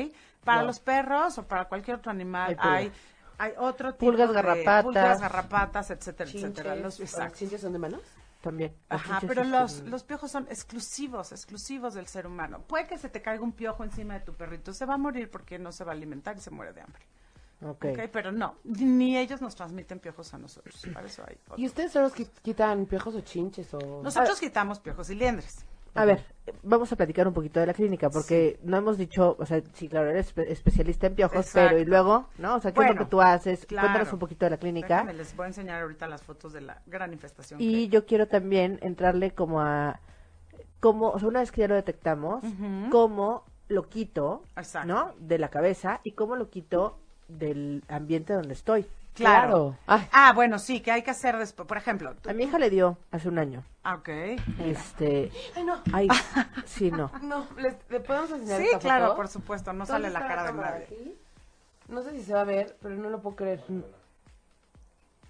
Speaker 5: Para los perros o para cualquier otro animal
Speaker 4: Hay pulgas.
Speaker 5: hay, hay otro tipo
Speaker 4: Pulgas,
Speaker 5: de
Speaker 4: garrapatas.
Speaker 5: pulgas, garrapatas, etcétera, etcétera.
Speaker 3: ¿O
Speaker 5: Los, exacto.
Speaker 3: chinches son de manos?
Speaker 4: También.
Speaker 5: Ajá,
Speaker 4: Los
Speaker 5: pero
Speaker 4: chichos
Speaker 5: los,
Speaker 4: existen.
Speaker 5: los piojos son exclusivos, exclusivos del ser humano. Puede que se te caiga un piojo encima de tu perrito, se va a morir porque no se va a alimentar y se muere de hambre.
Speaker 4: Ok.
Speaker 5: ¿Ok? Pero no, ni ellos nos transmiten piojos a nosotros. Para eso hay otro.
Speaker 3: ¿Y ustedes son los que quitan piojos o chinches o...?
Speaker 5: Nosotros quitamos piojos y liendres.
Speaker 4: A ver, vamos a platicar un poquito de la clínica, porque no hemos dicho, o sea, sí, claro, eres espe- especialista en piojos,
Speaker 5: Exacto.
Speaker 4: pero y luego, ¿no? O sea, ¿qué es lo
Speaker 5: Bueno,
Speaker 4: que tú haces?
Speaker 5: claro.
Speaker 4: Cuéntanos un poquito de la clínica.
Speaker 5: Déjame, les voy a enseñar ahorita las fotos de la gran infestación.
Speaker 4: Y yo quiero también entrarle como a, como, o sea, una vez que ya lo detectamos,
Speaker 5: Ujú.
Speaker 4: cómo lo quito,
Speaker 5: Exacto.
Speaker 4: ¿no? De la cabeza y cómo lo quito del ambiente donde estoy.
Speaker 5: Claro.
Speaker 3: Claro. Ay.
Speaker 5: Ah, bueno, sí, que hay que hacer después. Por ejemplo, tú-
Speaker 4: A mi hija le dio hace un año.
Speaker 5: Ah, ok.
Speaker 4: Este,
Speaker 3: Ay, no,
Speaker 4: ay, sí, no.
Speaker 3: no, ¿les, ¿le podemos enseñar
Speaker 5: Sí,
Speaker 3: esta
Speaker 5: claro,
Speaker 3: foto?
Speaker 5: por supuesto, no
Speaker 3: ¿Dónde
Speaker 5: sale la
Speaker 3: está
Speaker 5: cara de
Speaker 3: cámara?
Speaker 5: nadie.
Speaker 3: ¿Aquí? No sé si se va a ver, pero no lo puedo creer.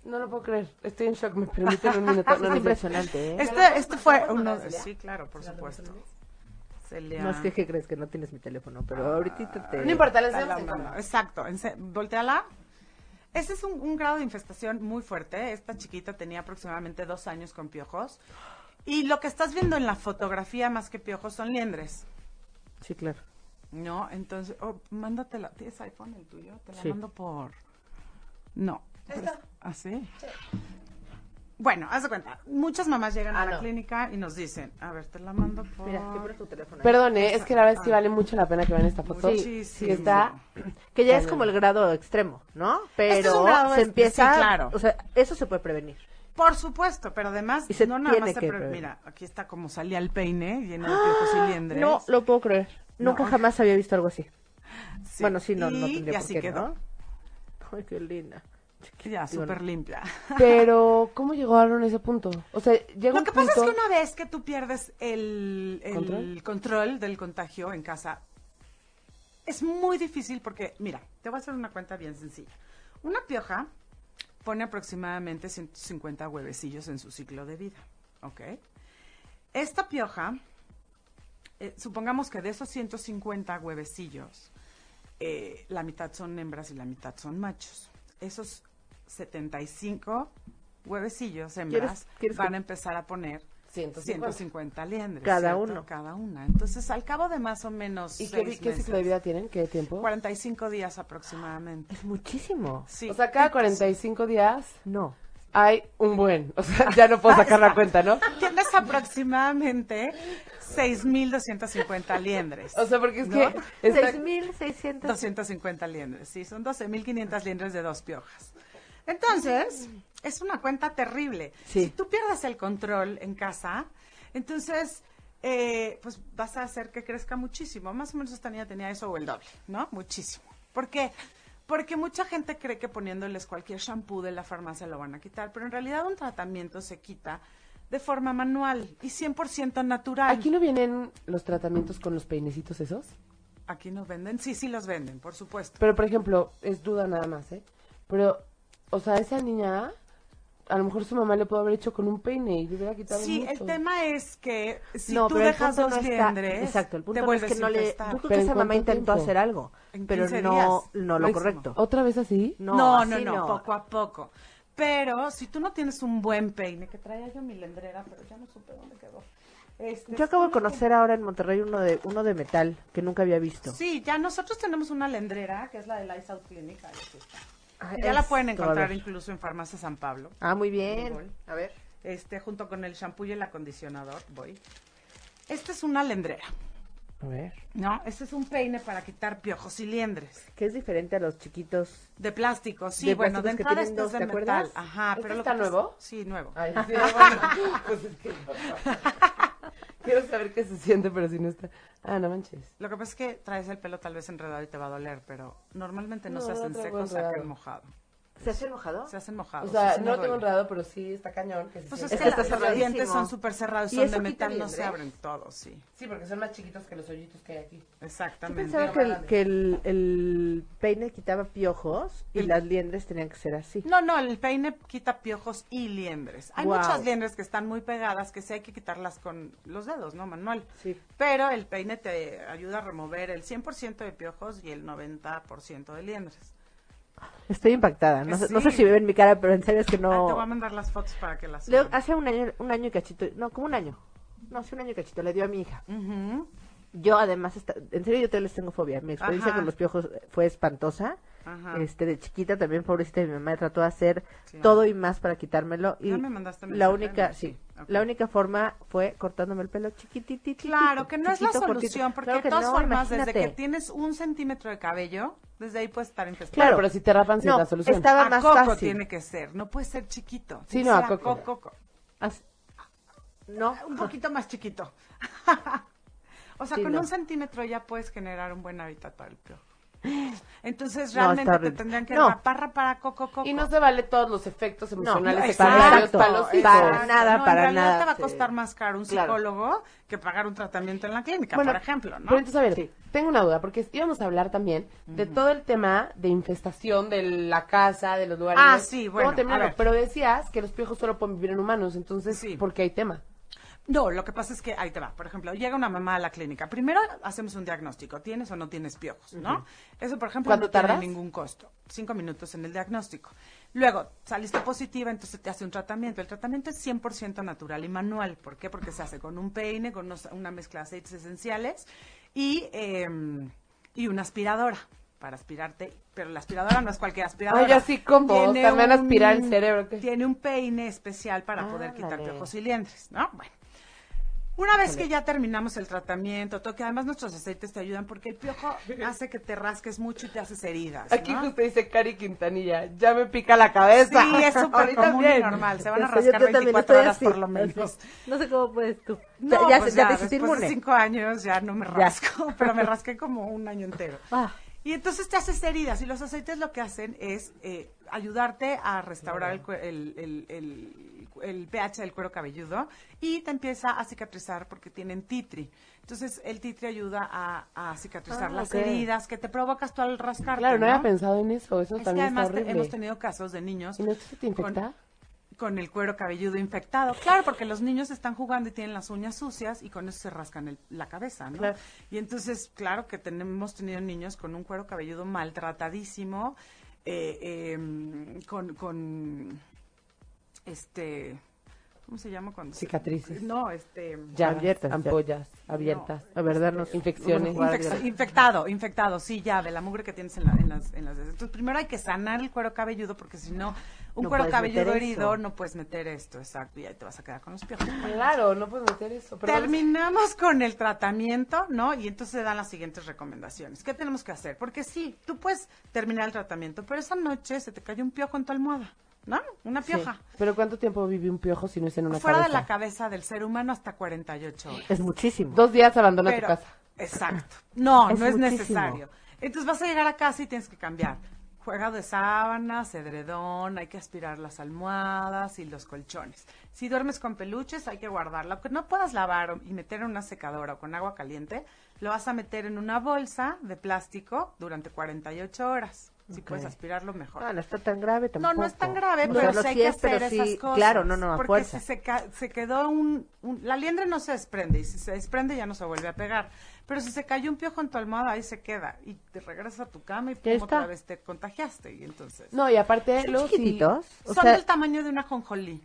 Speaker 3: No lo puedo creer, estoy en shock, me permiten un minuto.
Speaker 4: Es
Speaker 3: No, no, no.
Speaker 4: impresionante, ¿eh?
Speaker 5: Este, este fue
Speaker 3: ¿Puedes
Speaker 5: uno.
Speaker 3: mandar a Celia?
Speaker 5: Sí, claro, por supuesto. Celia.
Speaker 4: No es que, ¿qué crees? Que no tienes mi teléfono, pero ahorita te...
Speaker 3: No importa, les
Speaker 5: Está
Speaker 3: enseñamos
Speaker 5: la
Speaker 3: en
Speaker 5: mano.
Speaker 3: cámara.
Speaker 5: Exacto, ense- volteala. Ese es un, un grado de infestación muy fuerte. Esta chiquita tenía aproximadamente dos años con piojos. Y lo que estás viendo en la fotografía más que piojos son liendres.
Speaker 4: Sí, claro.
Speaker 5: No, entonces, oh, mándatela. ¿Tienes iPhone el tuyo? Te la
Speaker 4: Sí.
Speaker 5: mando por. No. ¿Así? Bueno, haz de cuenta. Muchas mamás llegan a
Speaker 3: Ah,
Speaker 5: la
Speaker 3: no.
Speaker 5: sinica y nos dicen, a ver, te la mando por...
Speaker 4: Mira, ¿qué pones tu teléfono? ahí.
Speaker 3: Perdón, ¿eh? es que la verdad es que vale mucho la pena que vean esta foto.
Speaker 5: Muchísimo.
Speaker 3: Que está
Speaker 4: Que ya es como el grado extremo, ¿no? Pero
Speaker 5: Este es un grado
Speaker 4: se
Speaker 5: ex-
Speaker 4: empieza,
Speaker 5: sí, claro.
Speaker 4: o sea, eso se puede prevenir.
Speaker 5: Por supuesto, pero además,
Speaker 4: Y se
Speaker 5: no nada
Speaker 4: tiene
Speaker 5: más te...
Speaker 4: que
Speaker 5: pre-
Speaker 4: prever.
Speaker 5: Mira, aquí está como salía el peine, lleno de piojos y liendres.
Speaker 4: No lo puedo creer. Nunca
Speaker 5: No.
Speaker 4: jamás había visto algo así.
Speaker 5: Sí.
Speaker 4: Bueno, sí, no, no
Speaker 5: Y-
Speaker 4: tendría
Speaker 5: y
Speaker 4: por
Speaker 5: así
Speaker 4: qué,
Speaker 5: quedó.
Speaker 4: ¿no? Ay, qué linda.
Speaker 5: que ya súper limpia.
Speaker 3: Pero, ¿cómo llegaron a ese punto? O sea, llega
Speaker 5: Lo
Speaker 3: un
Speaker 5: que pasa es
Speaker 3: punto-
Speaker 5: que una vez que tú pierdes el, el
Speaker 3: ¿Control?
Speaker 5: ¿Control? del contagio en casa, es muy difícil porque, mira, te voy a hacer una cuenta bien sencilla. Una pioja pone aproximadamente 150 huevecillos en su ciclo de vida, ¿ok? Esta pioja, eh, supongamos que de esos 150 huevecillos, eh, la mitad son hembras y la mitad son machos. Esos 75 huevecillos hembras
Speaker 4: quieres
Speaker 5: van
Speaker 4: que-
Speaker 5: a empezar a poner
Speaker 3: 150.
Speaker 5: 150 liendres.
Speaker 4: Cada
Speaker 5: ¿cierto?
Speaker 4: uno.
Speaker 5: Cada una. Entonces, al cabo de más o menos.
Speaker 3: ¿Y qué,
Speaker 5: seis
Speaker 3: qué ciclo de
Speaker 5: meses,
Speaker 3: vida tienen? ¿Qué tiempo?
Speaker 5: 45 días aproximadamente.
Speaker 4: Es muchísimo.
Speaker 5: Sí.
Speaker 3: O sea, cada 45 días
Speaker 4: No.
Speaker 3: hay un buen. O sea, ya no puedo sacar la cuenta, ¿no?
Speaker 5: Tienes aproximadamente 6.250 liendres.
Speaker 3: O sea, porque es
Speaker 5: ¿No?
Speaker 3: que... está-
Speaker 4: 6.600.
Speaker 5: 250 liendres, sí, son 12.500 liendres de dos piojas. Entonces, es una cuenta terrible.
Speaker 4: Sí.
Speaker 5: Si tú pierdes el control en casa, entonces, eh, pues vas a hacer que crezca muchísimo. Más o menos esta niña tenía eso o el doble, ¿no? Muchísimo. ¿Por qué? Porque mucha gente cree que poniéndoles cualquier shampoo de la farmacia lo van a quitar, pero en realidad un tratamiento se quita de forma manual y 100% natural.
Speaker 3: ¿Aquí no vienen los tratamientos con los peinecitos esos?
Speaker 5: Aquí no venden, sí, sí los venden, por supuesto.
Speaker 3: Pero, por ejemplo, es duda nada más, ¿eh? Pero, o sea, esa niña, a lo mejor su mamá le pudo haber hecho con un peine y le hubiera quitado
Speaker 5: Sí,
Speaker 3: mucho.
Speaker 5: el tema es que si
Speaker 4: no,
Speaker 5: tú
Speaker 4: pero el
Speaker 5: dejas
Speaker 4: punto
Speaker 5: dos
Speaker 4: no está-
Speaker 5: liendres,
Speaker 4: Exacto, el
Speaker 5: te
Speaker 4: punto no es
Speaker 5: vuelves
Speaker 4: que no le. Yo
Speaker 5: infestar.
Speaker 4: creo
Speaker 3: ¿Pero
Speaker 4: que
Speaker 3: en
Speaker 4: esa mamá
Speaker 3: cuánto
Speaker 4: intentó
Speaker 3: tiempo?
Speaker 4: hacer algo,
Speaker 5: En
Speaker 4: pero
Speaker 5: 15
Speaker 4: no,
Speaker 5: días,
Speaker 4: no lo
Speaker 5: máximo.
Speaker 4: correcto.
Speaker 3: ¿Otra vez así?
Speaker 5: No, no,
Speaker 4: así
Speaker 5: no, poco a poco. Pero si tú no tienes un buen peine, que traía yo mi lendrera, pero ya no supe dónde quedó. Este,
Speaker 4: Yo acabo de conocer ahora en Monterrey uno de uno de metal que nunca había visto.
Speaker 5: Sí, ya nosotros tenemos una lendrera, que es la de Lights Out Clinic. ahí sí está. Ya la pueden
Speaker 4: Esto, a
Speaker 5: encontrar
Speaker 4: ver.
Speaker 5: incluso en Farmacia San Pablo.
Speaker 4: Ah, muy
Speaker 5: Voy.
Speaker 4: bien. A ver.
Speaker 5: Este, junto con el shampoo y el acondicionador, voy. Esta es una lendrera,
Speaker 4: A ver.
Speaker 5: ¿no? Este es un peine para quitar piojos y liendres.
Speaker 4: Que es diferente a los chiquitos.
Speaker 5: De plástico, sí,
Speaker 4: De
Speaker 5: bueno, de
Speaker 4: plásticos que
Speaker 5: entrada
Speaker 4: tienen
Speaker 5: este es
Speaker 4: dos,
Speaker 5: de
Speaker 4: ¿te
Speaker 5: metal.
Speaker 4: acuerdas?
Speaker 5: Ajá,
Speaker 3: ¿Este
Speaker 5: pero lo
Speaker 3: está
Speaker 5: que pasa-
Speaker 3: nuevo?
Speaker 5: Sí, nuevo.
Speaker 3: Ay, sí, bueno, pues es que... Quiero saber qué se siente, pero si no está... Ah, no manches.
Speaker 5: Lo que pasa es que traes el pelo tal vez enredado y te va a doler, pero normalmente no,
Speaker 3: No,
Speaker 5: se hacen
Speaker 3: no traigo
Speaker 5: secos, se hacen
Speaker 3: enredado.
Speaker 5: mojado.
Speaker 4: ¿Se hace enojado?
Speaker 5: Se hacen mojados.
Speaker 3: O sea,
Speaker 5: sí, sí me
Speaker 3: no lo tengo
Speaker 5: duele.
Speaker 3: enredado, pero sí está cañón. que se
Speaker 5: Pues es
Speaker 3: siente.
Speaker 5: que
Speaker 4: Es que está
Speaker 5: la- los
Speaker 4: cerradísimo.
Speaker 5: dientes son súper cerrados,
Speaker 4: ¿Y
Speaker 5: son
Speaker 4: eso quita
Speaker 5: de metal, no
Speaker 4: liendres?
Speaker 5: se abren todos, sí.
Speaker 3: Sí, porque son más chiquitos que los hoyitos que hay aquí.
Speaker 4: Yo
Speaker 5: Exactamente.
Speaker 4: pensaba que, el, que el, el peine quitaba piojos y las liendres tenían que ser así.
Speaker 5: No, no, el peine quita piojos y liendres. Hay
Speaker 4: Guau.
Speaker 5: muchas liendres que están muy pegadas que sí hay que quitarlas con los dedos, ¿no, Manuel?
Speaker 4: Sí.
Speaker 5: Pero el peine te ayuda a remover el 100% de piojos y el 90% de liendres.
Speaker 4: Estoy impactada. No, sé-
Speaker 5: Sí.
Speaker 4: no sé si ven mi cara, pero en serio es que
Speaker 5: Ah, te voy a
Speaker 4: no.
Speaker 5: mandar las fotos para que las
Speaker 4: Leo,
Speaker 5: suban.
Speaker 4: hace un año, un año y cachito. No, como un año. No, hace un año y cachito. Le dio a mi hija.
Speaker 5: Ujú.
Speaker 4: Yo además, esta- en serio yo te les tengo fobia. Mi experiencia
Speaker 5: Ajá.
Speaker 4: con los piojos fue espantosa.
Speaker 5: Ajá.
Speaker 4: Este, de chiquita también, pobrecita, mi mamá trató de hacer
Speaker 5: Sí.
Speaker 4: todo y más para quitármelo. Y
Speaker 5: Ya Ah, me mandaste
Speaker 4: la
Speaker 5: mensaje,
Speaker 4: única,
Speaker 5: ¿no?
Speaker 4: sí,
Speaker 5: Sí, ok.
Speaker 4: la única forma fue cortándome el pelo chiquititito.
Speaker 5: Claro, que no es la
Speaker 4: chiquito, cortito.
Speaker 5: solución, porque
Speaker 4: Claro
Speaker 5: de
Speaker 4: que
Speaker 5: todas
Speaker 4: no,
Speaker 5: formas, desde que
Speaker 4: imagínate.
Speaker 5: tienes un centímetro de cabello, desde ahí puedes estar infestado.
Speaker 4: Claro.
Speaker 3: Pero si te rapan, sí es
Speaker 4: No,
Speaker 3: la solución.
Speaker 4: estaba
Speaker 5: a
Speaker 4: más
Speaker 5: coco
Speaker 4: fácil.
Speaker 5: tiene que ser, no puede ser chiquito.
Speaker 3: Sí,
Speaker 5: tiene
Speaker 3: no,
Speaker 5: que
Speaker 3: a
Speaker 5: ser
Speaker 3: coco.
Speaker 5: coco.
Speaker 4: As- No,
Speaker 5: Un poquito más chiquito. o sea,
Speaker 4: Sí,
Speaker 5: con
Speaker 4: no.
Speaker 5: un centímetro ya puedes generar un buen hábitat para el piojo. Entonces
Speaker 4: No,
Speaker 5: realmente
Speaker 4: está
Speaker 5: te
Speaker 4: horrible.
Speaker 5: tendrían que
Speaker 4: No.
Speaker 5: rapar, rapar a coco, coco.
Speaker 3: Y no se vale todos los efectos emocionales
Speaker 5: no,
Speaker 3: secundarios
Speaker 5: exacto,
Speaker 3: para los hijos.
Speaker 4: para nada,
Speaker 5: No,
Speaker 4: para
Speaker 5: en realidad
Speaker 4: nada,
Speaker 5: te va a
Speaker 4: sí.
Speaker 5: costar más caro un
Speaker 4: Claro.
Speaker 5: psicólogo que pagar un tratamiento en la clínica, por ejemplo, ¿no?
Speaker 3: Pero entonces, a ver,
Speaker 4: Sí.
Speaker 3: tengo una duda, porque íbamos a hablar también de todo el tema de infestación de la casa, de los lugares.
Speaker 5: Ah, sí, bueno,
Speaker 3: ¿Cómo terminarlo?
Speaker 5: a ver.
Speaker 3: Pero decías que los piojos solo pueden vivir en humanos, entonces,
Speaker 5: Sí.
Speaker 3: ¿por qué hay tema?
Speaker 5: No, lo que pasa es que ahí te va. Por ejemplo, llega una mamá a la clínica. Primero hacemos un diagnóstico. ¿Tienes o no tienes piojos? ¿No? Eso, por ejemplo,
Speaker 3: ¿Cuánto
Speaker 5: no tiene
Speaker 3: tardas?
Speaker 5: ningún costo. Cinco minutos en el diagnóstico. Luego, saliste positiva, entonces te hace un tratamiento. El tratamiento es 100% natural y manual. ¿Por qué? Porque se hace con un peine, con unos- una mezcla de aceites esenciales y, em, y una aspiradora para aspirarte. Pero la aspiradora no es cualquier aspiradora.
Speaker 3: Ay, así como, o
Speaker 5: Tiene
Speaker 3: sea, me van a
Speaker 5: un-
Speaker 3: aspirar el cerebro, ¿qué? Ah,
Speaker 5: Tiene un peine especial para poder quitar
Speaker 4: Ándale.
Speaker 5: piojos y liendres, ¿no? Bueno. Una vez que ya terminamos el tratamiento, todo, que además nuestros aceites te ayudan porque el piojo hace que te rasques mucho y te haces heridas.
Speaker 3: Aquí
Speaker 5: ¿no?
Speaker 3: justo dice Cari Quintanilla, ya me pica la cabeza.
Speaker 5: Sí, es súper
Speaker 3: Ahorita
Speaker 5: común y
Speaker 3: bien.
Speaker 5: normal. Se van a
Speaker 4: Ya sé, Este, yo
Speaker 5: rascar
Speaker 4: también
Speaker 5: 24
Speaker 4: estoy
Speaker 5: horas
Speaker 4: así,
Speaker 5: por lo
Speaker 4: así.
Speaker 5: menos.
Speaker 4: No sé cómo puedes tú.
Speaker 5: No,
Speaker 4: ya,
Speaker 5: pues
Speaker 4: ya
Speaker 5: ya,
Speaker 4: te hiciste
Speaker 5: después de
Speaker 4: inmune.
Speaker 5: cinco años ya no me rasco, pero me rasqué como un año entero.
Speaker 4: Ah.
Speaker 5: Y entonces te haces heridas y los aceites lo que hacen es eh, ayudarte a restaurar el, cue- el- el- el- el pH del cuero cabelludo y te empieza a cicatrizar porque tienen titri. Entonces el titri ayuda a, a cicatrizar
Speaker 3: Ah,
Speaker 5: las
Speaker 3: ok.
Speaker 5: heridas que te provocas tú al rascarte.
Speaker 3: Claro, no
Speaker 5: ¿no?
Speaker 3: había pensado en eso. Eso
Speaker 5: Es que
Speaker 3: también está
Speaker 5: además te-
Speaker 3: horrible.
Speaker 5: hemos tenido casos de niños
Speaker 3: ¿Y no se te
Speaker 5: con-
Speaker 3: infecta?
Speaker 5: con el cuero cabelludo infectado. Claro, porque los niños están jugando y tienen las uñas sucias y con eso se rascan el- la cabeza, ¿no?
Speaker 3: Claro.
Speaker 5: Y entonces, claro que tenemos hemos tenido niños con un cuero cabelludo maltratadísimo, eh, eh, con, con, este, ¿cómo se llama? Cuando se-
Speaker 3: Cicatrices.
Speaker 5: no, este...
Speaker 3: Ya,
Speaker 4: Abiertas, ya.
Speaker 3: ampollas abiertas.
Speaker 4: A ver, darnos-
Speaker 3: Infecciones.
Speaker 4: Bueno,
Speaker 5: Infec- infectado, infectado, sí, ya, de la mugre que tienes en, la- en las, en las... Entonces, primero hay que sanar el cuero cabelludo, porque si no, un
Speaker 4: No
Speaker 5: cuero
Speaker 4: puedes meter
Speaker 5: cabelludo herido,
Speaker 4: eso.
Speaker 5: no puedes meter esto, exacto, y ahí te vas a quedar con los piojos.
Speaker 3: Claro, no puedes meter eso. pero-
Speaker 5: Terminamos con el tratamiento, ¿no? Y entonces se dan las siguientes recomendaciones. ¿Qué tenemos que hacer? Porque sí, tú puedes terminar el tratamiento, pero esa noche se te cayó un piojo en tu almohada, ¿no? Una
Speaker 3: Sí.
Speaker 5: pioja.
Speaker 3: Pero ¿cuánto tiempo vive un piojo si no es en una
Speaker 5: Fuera
Speaker 3: cabeza?
Speaker 5: de la cabeza del ser humano hasta 48 horas.
Speaker 4: Es muchísimo.
Speaker 3: Dos días abandona
Speaker 5: Pero-
Speaker 3: tu casa.
Speaker 5: Exacto. No,
Speaker 4: Es
Speaker 5: no es
Speaker 4: muchísimo.
Speaker 5: necesario. Entonces vas a llegar a casa y tienes que cambiar. Juega de sábanas, edredón, hay que aspirar las almohadas y los colchones. Si duermes con peluches, hay que guardarlo. Aunque no puedas lavar o- y meter en una secadora o con agua caliente, lo vas a meter en una bolsa de plástico durante 48 horas. Si puedes aspirarlo, mejor.
Speaker 4: Ah, no está tan grave
Speaker 5: No,
Speaker 4: tampoco.
Speaker 5: no es tan grave,
Speaker 4: O sea,
Speaker 5: pero
Speaker 4: no,
Speaker 5: sí hay
Speaker 4: sí
Speaker 5: que
Speaker 4: es, pero
Speaker 5: hacer
Speaker 4: sí-
Speaker 5: esas cosas.
Speaker 4: Claro, no, no, a
Speaker 5: Porque
Speaker 4: fuerza.
Speaker 5: si se, ca- se quedó un, un- La liendre no se desprende, y si se desprende ya no se vuelve a pegar. Pero si se cayó un piojo en tu almohada, ahí se queda. Y te regresas a tu cama y pum,
Speaker 4: está.
Speaker 5: otra vez te contagiaste. Y entonces...
Speaker 3: No, y aparte,
Speaker 4: ¿Son
Speaker 3: luego sí-
Speaker 4: chiquititos? O
Speaker 5: Son
Speaker 4: sea,
Speaker 5: del tamaño de una jonjolí,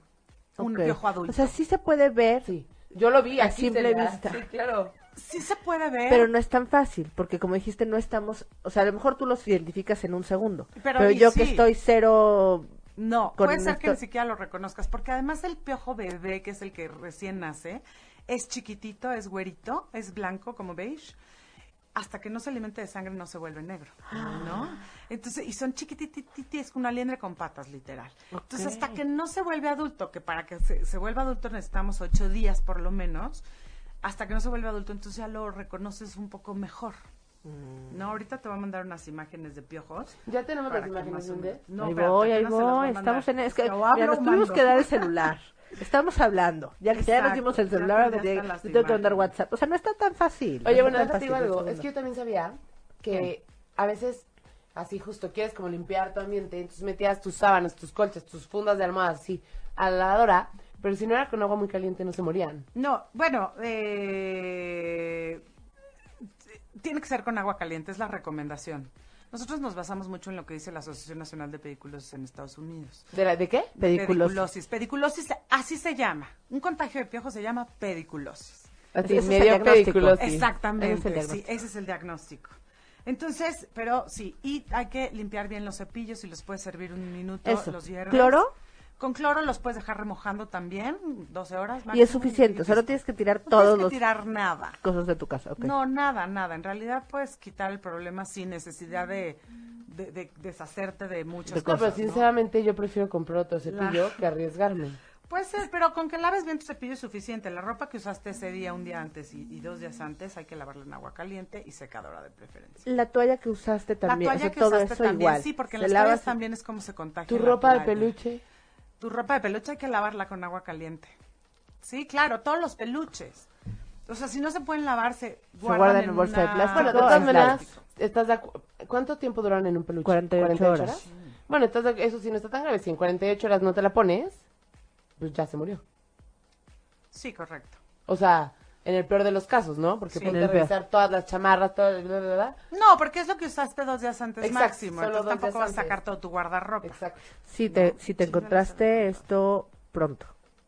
Speaker 5: un
Speaker 4: ok.
Speaker 5: piojo adulto.
Speaker 4: O sea, sí se puede ver,
Speaker 3: Sí. Yo lo vi
Speaker 4: A
Speaker 3: aquí.
Speaker 4: simple
Speaker 3: Celia.
Speaker 4: vista.
Speaker 3: Sí, claro.
Speaker 5: sí se puede ver,
Speaker 4: pero no es tan fácil, porque como dijiste, no estamos... O sea, a lo mejor tú los identificas en un segundo. Pero,
Speaker 5: Pero y
Speaker 4: yo que
Speaker 5: sí.
Speaker 4: estoy cero...
Speaker 5: No,
Speaker 4: con
Speaker 5: puede ser que ni
Speaker 4: esto-
Speaker 5: siquiera lo reconozcas, porque además el piojo bebé, que es el que recién nace, es chiquitito, es güerito, es blanco como beige. Hasta que no se alimente de sangre no se vuelve negro, ¿no? Entonces, y son chiquititititi, es una liendre con patas, literal. Entonces, hasta que no se vuelve adulto, que para que se, se vuelva adulto necesitamos ocho días por lo menos, hasta que no se vuelve adulto, entonces ya lo reconoces un poco mejor.
Speaker 4: Mm.
Speaker 5: No, ahorita te voy a mandar unas imágenes de piojos.
Speaker 3: Ya tenemos
Speaker 5: Para
Speaker 3: las
Speaker 5: que
Speaker 3: imágenes,
Speaker 5: más o
Speaker 3: ¿dónde?
Speaker 5: menos- No,
Speaker 4: ahí
Speaker 5: espérate,
Speaker 4: voy, ahí
Speaker 5: apenas se las voy
Speaker 4: voy.
Speaker 5: a
Speaker 4: Estamos
Speaker 5: mandar.
Speaker 4: en... Es que,
Speaker 5: Lo
Speaker 4: mira,
Speaker 5: abro,
Speaker 4: nos tuvimos
Speaker 5: mando.
Speaker 4: que dar el celular. Estamos hablando. Ya que ya nos
Speaker 5: Exacto,
Speaker 4: dimos el
Speaker 5: ya
Speaker 4: celular, ahora te
Speaker 5: están
Speaker 4: tengo
Speaker 5: las
Speaker 4: te tengo que mandar
Speaker 5: imágenes.
Speaker 4: WhatsApp. O sea, no está tan fácil.
Speaker 3: Oye,
Speaker 4: no está
Speaker 3: bueno,
Speaker 4: tan
Speaker 3: antes te digo
Speaker 4: fácil en un
Speaker 3: algo. Es
Speaker 4: segundo.
Speaker 3: que yo también sabía que a veces, así justo quieres como limpiar tu ambiente, entonces metías tus sábanas, tus colchas, tus fundas de almohadas, así, a la lavadora, pero si no era con agua muy caliente no se morían.
Speaker 5: No, bueno, eh, t- tiene que ser con agua caliente, es la recomendación. Nosotros nos basamos mucho en lo que dice la Asociación Nacional de Pediculosis en Estados Unidos.
Speaker 3: ¿De, la- de qué?
Speaker 4: Pediculosis.
Speaker 5: Pediculosis. Pediculosis, así se llama. Un contagio de piojo se llama pediculosis.
Speaker 3: Así,
Speaker 4: Ese es el
Speaker 3: medio
Speaker 4: diagnóstico.
Speaker 3: pediculosis.
Speaker 5: Exactamente,
Speaker 4: Ese es el
Speaker 5: sí, ese es el diagnóstico. Entonces, pero sí, y hay que limpiar bien los cepillos y los puedes servir un minuto,
Speaker 4: Eso.
Speaker 5: los hierves.
Speaker 4: ¿Cloro?
Speaker 5: Con cloro los puedes dejar remojando también, 12 horas.
Speaker 4: Y es
Speaker 5: máximo,
Speaker 4: suficiente.
Speaker 5: y
Speaker 4: O sea, no
Speaker 5: listo.
Speaker 4: tienes que tirar
Speaker 5: No
Speaker 4: todos
Speaker 5: tienes que
Speaker 4: los
Speaker 5: tirar nada.
Speaker 4: cosas de tu casa. ok.
Speaker 5: No, nada, nada. En realidad puedes quitar el problema sin necesidad de, de- de deshacerte de muchas
Speaker 4: De
Speaker 3: No,
Speaker 5: cosas.
Speaker 3: pero
Speaker 5: ¿no?
Speaker 3: sinceramente yo prefiero comprar otro cepillo
Speaker 5: La-
Speaker 3: que arriesgarme.
Speaker 5: Puede ser, pero con que laves bien tu cepillo es suficiente. La ropa que usaste ese día, un día antes y, y dos días antes, hay que lavarla en agua caliente y secadora de preferencia.
Speaker 4: La toalla que usaste también. o
Speaker 5: la toalla
Speaker 4: sea,
Speaker 5: que
Speaker 4: todo
Speaker 5: usaste
Speaker 4: eso
Speaker 5: también,
Speaker 4: igual.
Speaker 5: sí, porque en
Speaker 4: Se
Speaker 5: las
Speaker 4: lavas-
Speaker 5: toallas también es como se contagia.
Speaker 3: Tu
Speaker 5: la
Speaker 3: ropa de
Speaker 5: toalla.
Speaker 3: peluche.
Speaker 5: Tu ropa de peluche hay que lavarla con agua caliente. Sí, claro, todos los peluches. O sea, si no se pueden lavarse, guardan,
Speaker 4: guardan en bolsa de
Speaker 5: una-
Speaker 4: plástico.
Speaker 3: Bueno, de
Speaker 4: Todo
Speaker 3: todas
Speaker 4: aislado.
Speaker 3: maneras, ¿estás de acu- ¿cuánto tiempo duran en un peluche?
Speaker 4: 48 horas.
Speaker 3: Bueno, estás de- eso sí no está tan grave. Si en 48 horas no te la pones, pues ya se murió.
Speaker 5: Sí, correcto.
Speaker 3: O sea, en el peor de los casos, ¿no? Porque
Speaker 5: Sí.
Speaker 3: pueden
Speaker 4: En el peor.
Speaker 3: revisar todas las chamarras, todo el... bla, bla, bla.
Speaker 5: No, porque es lo que usaste dos días antes
Speaker 3: Exacto,
Speaker 5: máximo.
Speaker 3: solo
Speaker 5: Entonces
Speaker 3: dos
Speaker 5: tampoco
Speaker 3: días
Speaker 5: vas a
Speaker 3: antes.
Speaker 5: sacar todo tu guardarropa.
Speaker 3: Exacto.
Speaker 4: Si te,
Speaker 5: No,
Speaker 4: si te
Speaker 5: sí, no lo
Speaker 4: encontraste
Speaker 5: sabía.
Speaker 4: esto pronto.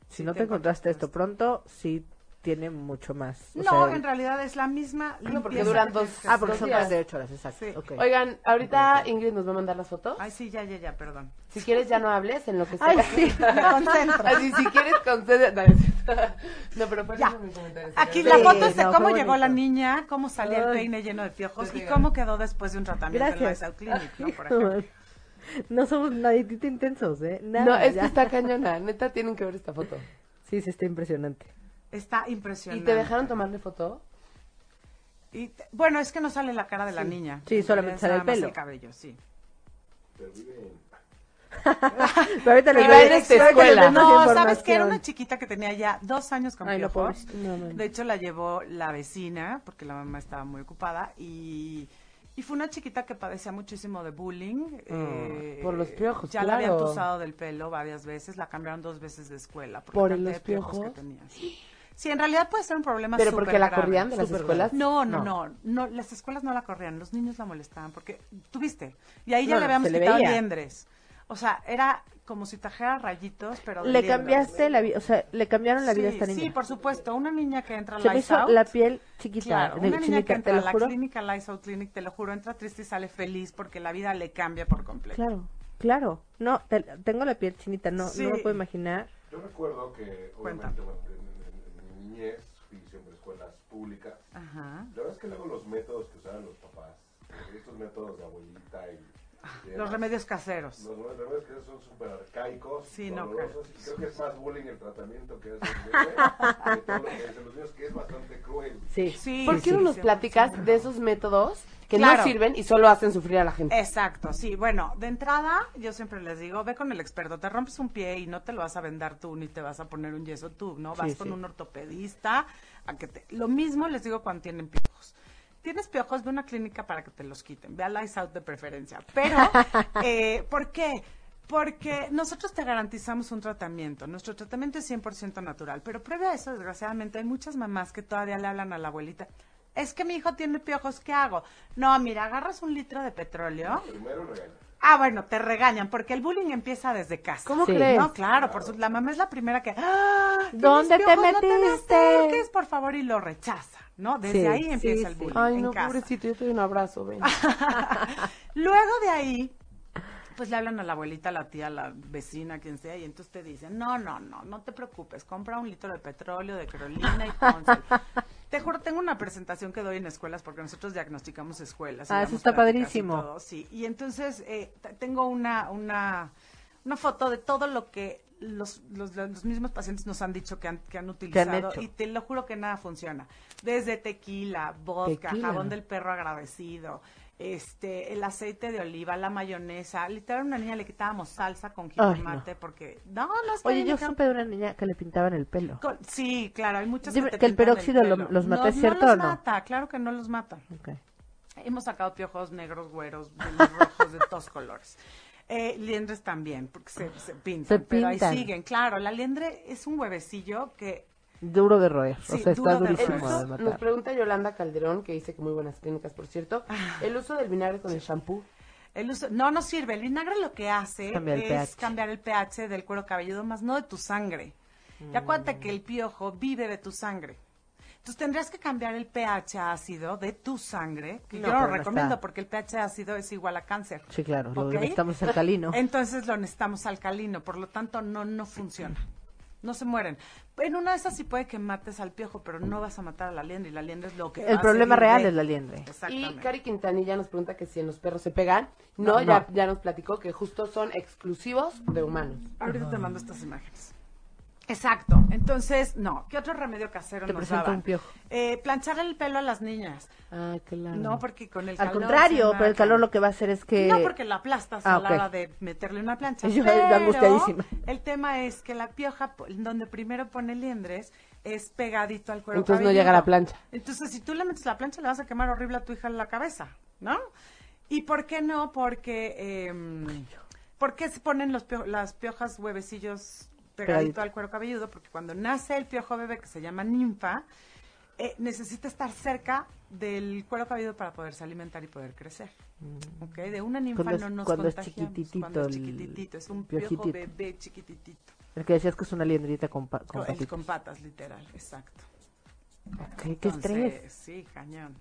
Speaker 4: Si
Speaker 5: Sí,
Speaker 4: no te
Speaker 5: te
Speaker 4: encontraste esto
Speaker 5: encontraste.
Speaker 4: pronto, sí tiene mucho más. o
Speaker 5: No,
Speaker 4: sea,
Speaker 5: en realidad es la misma.
Speaker 3: No, porque
Speaker 5: limpieza
Speaker 3: duran
Speaker 5: que
Speaker 3: dos-
Speaker 5: tienes que
Speaker 4: Ah, porque
Speaker 3: dos
Speaker 5: hacer.
Speaker 4: son
Speaker 3: días.
Speaker 4: 48 horas, exacto.
Speaker 5: Sí.
Speaker 4: ok.
Speaker 3: Oigan, ahorita Ingrid nos va a mandar las fotos.
Speaker 5: Ay, sí, ya, ya, ya, perdón.
Speaker 3: Si quieres ya no hables en lo que sea.
Speaker 4: Ay, sí.
Speaker 5: Me concentro.
Speaker 3: Así, si quieres, concede. No, es cierto. No, pero
Speaker 5: Ya.
Speaker 3: ponle mi comentario.
Speaker 5: Aquí
Speaker 4: Sí,
Speaker 5: la foto es de
Speaker 4: no,
Speaker 5: cómo
Speaker 4: qué bonito.
Speaker 5: llegó la niña, cómo salía el
Speaker 4: Ay. Pues
Speaker 5: peine lleno de piojos
Speaker 3: Sí,
Speaker 5: y
Speaker 3: sí,
Speaker 5: cómo quedó después de un tratamiento
Speaker 4: Gracias.
Speaker 5: en la Clinic, ¿no? Por ejemplo.
Speaker 4: No, somos naditito intensos, ¿eh? Nada,
Speaker 3: No, es
Speaker 4: ya.
Speaker 3: que está cañona. Neta, tienen que ver esta foto.
Speaker 4: Sí, sí, está impresionante.
Speaker 5: Está impresionante.
Speaker 3: ¿Y te dejaron tomarle foto?
Speaker 5: Y te- bueno, es que no sale la cara de la niña.
Speaker 4: Sí,
Speaker 5: En
Speaker 4: solamente
Speaker 5: realidad es
Speaker 4: sale el
Speaker 5: nada más
Speaker 4: pelo.
Speaker 5: el cabello, sí.
Speaker 4: Pero ahorita les
Speaker 3: Iba
Speaker 4: doy-
Speaker 3: en esta
Speaker 4: ahorita les doy
Speaker 3: escuela.
Speaker 4: más
Speaker 5: este No, ¿sabes
Speaker 4: información.
Speaker 5: que Era una chiquita que tenía ya dos años con
Speaker 4: Ay, no,
Speaker 5: piojos.
Speaker 4: pobrecita. No, no, no.
Speaker 5: De hecho, la llevó la vecina, porque la mamá estaba muy ocupada, y, y fue una chiquita que padecía muchísimo de bullying. eh,
Speaker 3: Mm, por los piojos,
Speaker 5: Ya la habían
Speaker 3: claro.
Speaker 5: tosado del pelo varias veces, la cambiaron dos veces de escuela.
Speaker 3: ¿Por
Speaker 5: cantidad
Speaker 3: los
Speaker 5: de piojos
Speaker 3: piojos?
Speaker 5: que tenía. Sí. Sí, en realidad puede ser un problema
Speaker 3: Pero porque la
Speaker 5: supergrave.
Speaker 3: corrían de las escuelas.
Speaker 5: No, no, no, no, las escuelas no la corrían, los niños la molestaban porque tuviste. Y ahí ya
Speaker 4: No,
Speaker 5: le habíamos
Speaker 4: se le
Speaker 5: quitado
Speaker 4: veía.
Speaker 5: liendres. O sea, era como si tajera rayitos, pero de
Speaker 4: Le
Speaker 5: liendres.
Speaker 4: cambiaste la vida, o sea, le cambiaron la vida a
Speaker 5: Sí,
Speaker 4: esta niña.
Speaker 5: Sí, por supuesto, una niña que entra a
Speaker 4: Se le
Speaker 5: Lights
Speaker 4: hizo
Speaker 5: Out,
Speaker 4: la piel chiquita,
Speaker 5: Claro,
Speaker 4: de-
Speaker 5: una niña
Speaker 4: chinita,
Speaker 5: que
Speaker 4: te
Speaker 5: entra
Speaker 4: lo
Speaker 5: a la
Speaker 4: juro.
Speaker 5: clínica Lights Out Clinic, te lo juro, entra triste y sale feliz porque la vida le cambia por completo.
Speaker 4: Claro, claro. No, te- tengo la piel chinita, no,
Speaker 5: Sí.
Speaker 4: no me puedo imaginar.
Speaker 6: Yo recuerdo que,
Speaker 5: Cuenta.
Speaker 6: obviamente, bueno, en, en- en mi niñez fui siempre a escuelas públicas.
Speaker 5: Ajá.
Speaker 6: La verdad es que luego los métodos que usaban los papás, eh, estos métodos de abuelita y... de-
Speaker 5: Los remedios caseros.
Speaker 6: Los nuevos remedios que son súper arcaicos,
Speaker 5: Sí, no
Speaker 6: dolorosos, y creo que es más bullying el tratamiento que hacen de todo lo que dicen los niños, que es bastante cruel.
Speaker 4: Sí.
Speaker 5: Sí,
Speaker 3: ¿Por qué
Speaker 5: sí,
Speaker 3: no nos
Speaker 5: sí,
Speaker 3: platicas de esos métodos que no
Speaker 5: Claro.
Speaker 3: sirven y solo hacen sufrir a la gente?
Speaker 5: Exacto, sí. Bueno, de entrada, yo siempre les digo, ve con el experto, te rompes un pie y no te lo vas a vendar tú, ni te vas a poner un yeso tú, ¿no? Vas con un ortopedista a que te... Lo mismo les digo cuando tienen piojos. Tienes piojos, ve a una clínica para que te los quiten. Ve a Lights Out de preferencia. Pero, eh, ¿por qué? Porque nosotros te garantizamos un tratamiento. Nuestro tratamiento es 100% natural. Pero previo a eso, desgraciadamente, hay muchas mamás que todavía le hablan a la abuelita. Es que mi hijo tiene piojos, ¿qué hago? No, mira, agarras un litro de petróleo.
Speaker 6: Primero regañan.
Speaker 5: Ah, bueno, te regañan, porque el bullying empieza desde casa.
Speaker 3: ¿Cómo
Speaker 4: Sí.
Speaker 3: crees?
Speaker 5: No, claro, por su- la mamá es la primera que. "Ah, tienes
Speaker 4: ¿Dónde te
Speaker 5: piojos, no
Speaker 4: metiste?"
Speaker 5: acerques, por favor, y lo rechaza, ¿no? Desde
Speaker 4: Sí,
Speaker 5: ahí
Speaker 4: sí,
Speaker 5: empieza el
Speaker 4: sí.
Speaker 5: bullying.
Speaker 3: Ay,
Speaker 5: en
Speaker 3: no,
Speaker 5: casa. Ah,
Speaker 3: pobrecito, yo te doy un abrazo, ven.
Speaker 5: Luego de ahí, pues le hablan a la abuelita, a la tía, a la vecina, quien sea, y entonces te dicen, no, no, no, no te preocupes, compra un litro de petróleo, de Carolina y Ponsel. Te juro, tengo una presentación que doy en escuelas porque nosotros diagnosticamos escuelas. y
Speaker 4: Ah, eso
Speaker 5: damos
Speaker 4: está
Speaker 5: pláticas y
Speaker 4: padrísimo.
Speaker 5: todo, sí, y entonces eh, t- tengo una, una, una foto de todo lo que los, los, los mismos pacientes nos han dicho que han, que han utilizado
Speaker 4: hecho.
Speaker 5: y te lo juro que nada funciona. Desde tequila, vodka,
Speaker 3: Tequila.
Speaker 5: jabón del perro agradecido, este, el aceite de oliva, la mayonesa. Literal, a una niña le quitábamos salsa con jitomate porque... No, no está
Speaker 4: Oye,
Speaker 5: bien,
Speaker 4: yo
Speaker 5: que-
Speaker 4: supe de una niña que le pintaban el pelo.
Speaker 5: con- Sí, claro, hay muchas
Speaker 4: Dime,
Speaker 5: te
Speaker 4: que el
Speaker 5: pintan
Speaker 4: peróxido lo-
Speaker 5: pelo.
Speaker 4: los mata,
Speaker 5: no,
Speaker 4: ¿es cierto
Speaker 5: no
Speaker 4: o
Speaker 5: los
Speaker 4: no?
Speaker 5: mata, claro que no los mata.
Speaker 4: Ok.
Speaker 5: Hemos sacado piojos negros, güeros, vinos rojos, de todos colores. Eh, liendres también, porque se, se
Speaker 4: Se
Speaker 5: pintan, pero
Speaker 4: pintan.
Speaker 5: ahí siguen. Claro, la liendre es un huevecillo que
Speaker 4: Duro de roer, o
Speaker 5: Sí,
Speaker 4: sea, está
Speaker 5: duro de roer.
Speaker 4: durísimo
Speaker 5: Eso
Speaker 4: de
Speaker 3: Entonces, nos
Speaker 4: matar.
Speaker 3: pregunta Yolanda Calderón, que dice que muy buenas clínicas, por cierto,
Speaker 5: Ah.
Speaker 3: el uso del vinagre con el shampoo.
Speaker 5: el uso, no, no sirve. El vinagre lo que hace
Speaker 4: Cambia el
Speaker 5: es
Speaker 4: pH.
Speaker 5: cambiar el pH del cuero cabelludo, más no de tu sangre. Y acuérdate que el piojo vive de tu sangre. Entonces tendrías que cambiar el pH ácido de tu sangre, que
Speaker 4: No,
Speaker 5: yo no
Speaker 4: pero
Speaker 5: lo
Speaker 4: no
Speaker 5: recomiendo
Speaker 4: está.
Speaker 5: porque el pH ácido es igual a cáncer.
Speaker 4: Sí, claro, lo
Speaker 5: ¿Ok?
Speaker 4: necesitamos alcalino.
Speaker 5: Entonces lo necesitamos alcalino, por lo tanto no, no funciona. No se mueren. En una de esas sí puede que mates al piojo, pero no vas a matar a la liendra y la liendra es lo que...
Speaker 4: El
Speaker 5: va a
Speaker 4: problema
Speaker 5: seguir
Speaker 4: real
Speaker 5: de-
Speaker 4: es la liendre.
Speaker 5: Exactamente.
Speaker 3: Y Cari Quintanilla nos pregunta que si en los perros se pegan. No,
Speaker 4: No,
Speaker 3: ya,
Speaker 4: no.
Speaker 3: ya nos platicó que justo son exclusivos de humanos.
Speaker 5: Ahorita te mando estas imágenes. Exacto. Entonces, no. ¿Qué otro remedio casero
Speaker 4: Te
Speaker 5: nos
Speaker 4: presento
Speaker 5: daban?
Speaker 4: un piojo. Mm.
Speaker 5: Eh, plancharle el pelo a las niñas.
Speaker 3: Ah, claro.
Speaker 5: No, porque con el
Speaker 4: Al
Speaker 5: calor
Speaker 4: contrario,
Speaker 5: se
Speaker 4: pero el
Speaker 5: marcan.
Speaker 4: calor lo que va a hacer es que...
Speaker 5: No, porque la aplastas
Speaker 4: Ah,
Speaker 5: a la
Speaker 4: ok.
Speaker 5: hora de meterle una plancha.
Speaker 4: Y yo
Speaker 5: pero
Speaker 4: angustiadísima.
Speaker 5: El tema es que la pioja, po- donde primero pone liendres, es pegadito al cuero
Speaker 3: Entonces no
Speaker 5: cabelludo.
Speaker 3: llega la plancha.
Speaker 5: Entonces, si tú le metes la plancha, le vas a quemar horrible a tu hija en la cabeza, ¿no? ¿Y por qué no? Porque... em, ¿Por qué se ponen los pio- las piojas huevecillos
Speaker 4: Pegadito.
Speaker 5: pegadito al cuero cabelludo? Porque cuando nace el piojo bebé, que se llama ninfa, eh, necesita estar cerca del cuero cabelludo para poderse alimentar y poder crecer. ¿Ok? De una ninfa
Speaker 4: Mm. Cuando es-
Speaker 5: no nos
Speaker 4: cuando es
Speaker 5: contagiamos,
Speaker 4: chiquititito
Speaker 5: Cuando es
Speaker 4: el
Speaker 5: chiquititito, es un
Speaker 4: piojitito.
Speaker 5: piojo bebé chiquititito.
Speaker 4: El que decías que es una liendrita con, pa- con
Speaker 5: Con, el,
Speaker 4: patitas.
Speaker 5: con patas, literal, exacto.
Speaker 4: ¿Qué, qué estrés?
Speaker 5: Entonces, Sí, cañón.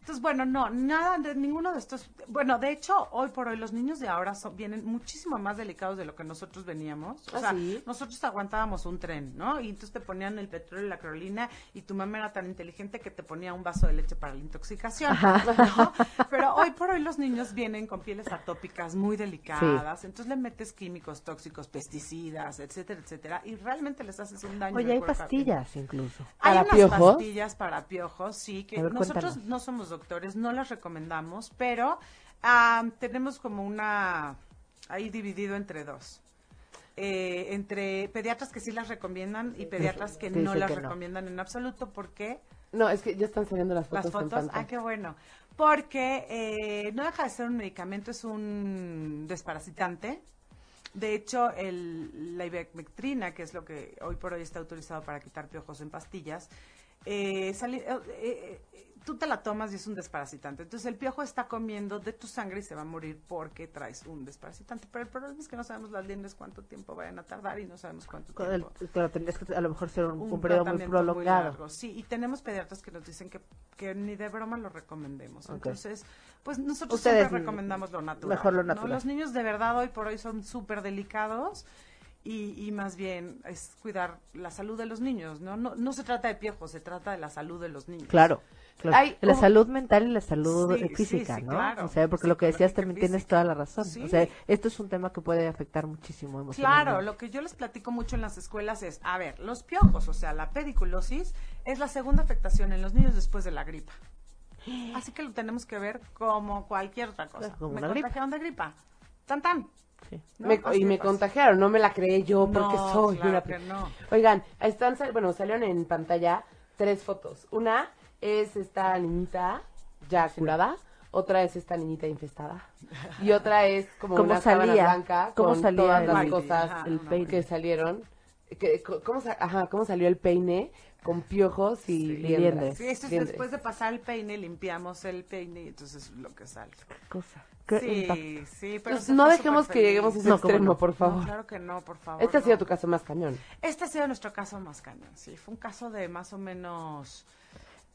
Speaker 5: Entonces, bueno, no, nada de ninguno de estos. Bueno, de hecho, hoy por hoy los niños de ahora son, vienen muchísimo más delicados de lo que nosotros veníamos. O
Speaker 3: ¿Ah,
Speaker 5: sea,
Speaker 3: sí?
Speaker 5: nosotros aguantábamos un tren, ¿no? Y entonces te ponían el petróleo y la carolina y tu mamá era tan inteligente que te ponía un vaso de leche para la intoxicación. ¿no? Pero hoy por hoy los niños vienen con pieles atópicas muy delicadas. Entonces le metes químicos tóxicos, pesticidas, etcétera, etcétera. Y realmente les haces un daño.
Speaker 4: Oye,
Speaker 5: al
Speaker 4: hay
Speaker 5: cuerpo.
Speaker 4: pastillas incluso.
Speaker 5: Hay
Speaker 3: ¿Para
Speaker 5: unas
Speaker 3: piojos?
Speaker 5: pastillas para piojos, sí, que
Speaker 4: A ver,
Speaker 5: nosotros
Speaker 4: cuéntanos.
Speaker 5: no somos doctores, no las recomendamos, pero ah, tenemos como una, ahí dividido entre dos. Eh, entre pediatras que sí las recomiendan y pediatras que
Speaker 4: Sí,
Speaker 5: no
Speaker 4: sí,
Speaker 5: las
Speaker 4: que no.
Speaker 5: recomiendan en absoluto porque
Speaker 3: No, es que ya están saliendo las fotos.
Speaker 5: las
Speaker 3: en
Speaker 5: fotos, ah,
Speaker 3: pantalla.
Speaker 5: qué bueno, porque eh, no deja de ser un medicamento, es un desparasitante. De hecho, el, la ivermectrina, que es lo que hoy por hoy está autorizado para quitar piojos en pastillas, eh, sali- eh, eh, eh, tú te la tomas y es un desparasitante. Entonces el piojo está comiendo de tu sangre y se va a morir porque traes un desparasitante. Pero el problema es que no sabemos las líneas cuánto tiempo vayan a tardar y no sabemos cuánto
Speaker 4: Con el-
Speaker 5: tiempo
Speaker 4: claro, tendrías que a lo mejor ser un, un
Speaker 5: pues. un
Speaker 4: periodo muy
Speaker 5: tratamiento
Speaker 4: prolongado.
Speaker 5: largo, sí, y tenemos pediatras que nos dicen que, que ni de broma lo recomendemos. Entonces, pues nosotros
Speaker 4: Ustedes
Speaker 5: siempre recomendamos lo natural.
Speaker 4: mejor lo
Speaker 5: ¿no?
Speaker 4: natural.
Speaker 5: Los niños de verdad hoy por hoy son súper delicados y, y más bien es cuidar la salud de los niños, ¿no? No, no se trata de piojos, se trata de la salud de los niños.
Speaker 4: Claro. claro.
Speaker 3: Hay
Speaker 4: la
Speaker 3: un-
Speaker 4: salud mental y la salud
Speaker 5: Sí,
Speaker 4: eh, física,
Speaker 5: sí, sí,
Speaker 4: ¿no?
Speaker 5: claro.
Speaker 4: O sea, porque lo que decías
Speaker 5: Psicológica y
Speaker 4: también tienes
Speaker 5: física.
Speaker 4: toda la razón. O
Speaker 5: Sí.
Speaker 4: sea, esto es un tema que puede afectar muchísimo emocionalmente.
Speaker 5: Claro, lo que yo les platico mucho en las escuelas es, a ver, los piojos, o sea, la pediculosis es la segunda afectación en los niños después de la gripa. Así que lo tenemos que ver como cualquier otra cosa.
Speaker 4: Claro, como
Speaker 5: me
Speaker 4: una gripa.
Speaker 5: contagiaron de gripa. Tan tan.
Speaker 4: Sí.
Speaker 5: ¿no?
Speaker 3: Me-
Speaker 5: Así
Speaker 3: y me
Speaker 5: pasa.
Speaker 3: contagiaron, no me la creé yo porque
Speaker 5: No,
Speaker 3: soy
Speaker 5: claro
Speaker 3: una...
Speaker 5: que no.
Speaker 3: Oigan, están, sal- bueno, salieron en pantalla tres fotos. Una es esta niñita ya curada, otra es esta niñita infestada y otra es como
Speaker 4: ¿Cómo
Speaker 3: una sábana
Speaker 4: salía?
Speaker 3: blanca
Speaker 4: ¿Cómo
Speaker 3: con
Speaker 4: salía
Speaker 3: todas
Speaker 4: el-
Speaker 3: las
Speaker 5: Ay,
Speaker 3: cosas
Speaker 5: ajá,
Speaker 4: el
Speaker 5: una
Speaker 4: peine?
Speaker 3: que salieron. Que, co- ¿cómo, sa- ajá, ¿Cómo salió el peine con piojos y liendres?
Speaker 4: liendres.
Speaker 5: Sí, esto es
Speaker 3: Liendres.
Speaker 5: después de pasar el peine, limpiamos el peine y entonces lo que sale.
Speaker 4: Cosa. Qué
Speaker 5: sí,
Speaker 4: impacto.
Speaker 5: sí, pero
Speaker 3: Entonces,
Speaker 5: se
Speaker 3: Pues no
Speaker 5: fue
Speaker 3: dejemos que
Speaker 5: superfeliz.
Speaker 3: lleguemos a ese
Speaker 4: No, cómo
Speaker 3: extremo,
Speaker 4: no.
Speaker 3: por
Speaker 5: No,
Speaker 3: favor.
Speaker 5: claro que no, por favor.
Speaker 3: este ha sido
Speaker 5: no.
Speaker 3: tu caso más cañón.
Speaker 5: Este ha sido nuestro caso más cañón, sí. Fue un caso de más o menos...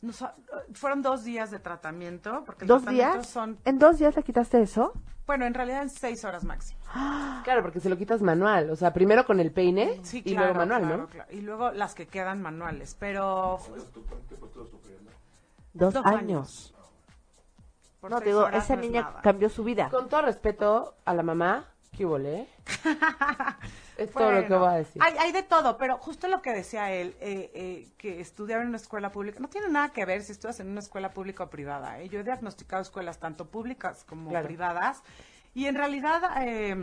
Speaker 5: no so- fueron dos días de tratamiento. Porque el
Speaker 4: ¿Dos
Speaker 5: tratamiento
Speaker 4: días?
Speaker 5: Son,
Speaker 4: ¿En dos días le quitaste eso?
Speaker 5: bueno, en realidad en seis horas máximo.
Speaker 3: Claro, porque se lo quitas manual. O sea, primero con el peine
Speaker 5: Sí,
Speaker 3: y
Speaker 5: claro,
Speaker 3: luego manual,
Speaker 5: claro,
Speaker 3: ¿no?
Speaker 5: claro. Y luego las que quedan manuales. Pero fu-
Speaker 6: ¿Tú cuánto tiempo estuvo sufriendo?
Speaker 4: Dos,
Speaker 5: Dos
Speaker 4: años.
Speaker 5: por
Speaker 4: No, te
Speaker 5: seis
Speaker 4: digo,
Speaker 5: horas
Speaker 4: esa
Speaker 5: no es
Speaker 4: niña
Speaker 5: nada.
Speaker 4: cambió su vida.
Speaker 3: Con todo respeto a la mamá, ¿qué volé? es todo lo que
Speaker 5: Bueno,
Speaker 3: voy a decir.
Speaker 5: Hay, hay de todo, pero justo lo que decía él, eh, eh, que estudiar en una escuela pública, no tiene nada que ver si estudias en una escuela pública o privada. ¿eh? Yo he diagnosticado escuelas tanto públicas como
Speaker 3: Claro.
Speaker 5: privadas, y en realidad eh,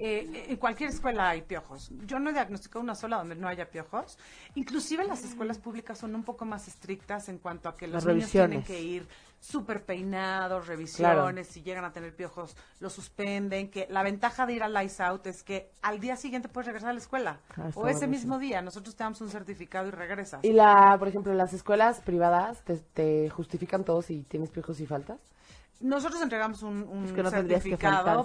Speaker 5: eh, en cualquier escuela hay piojos. Yo no he diagnosticado una sola donde no haya piojos. Inclusive las escuelas públicas son un poco más estrictas en cuanto a que
Speaker 4: Las
Speaker 5: los niños tienen
Speaker 4: revisiones.
Speaker 5: que ir súper peinados, revisiones, si llegan a tener piojos los suspenden, que la ventaja de ir al Lights Out es que al día siguiente puedes regresar a la escuela
Speaker 4: Ah, está
Speaker 5: o ese
Speaker 4: buenísimo.
Speaker 5: mismo día, nosotros te damos un certificado y regresas.
Speaker 3: Y la, por ejemplo, las escuelas privadas te, te justifican todo si tienes pijos y faltas.
Speaker 5: Nosotros entregamos un, un
Speaker 4: Es que no tendrías que
Speaker 5: certificado,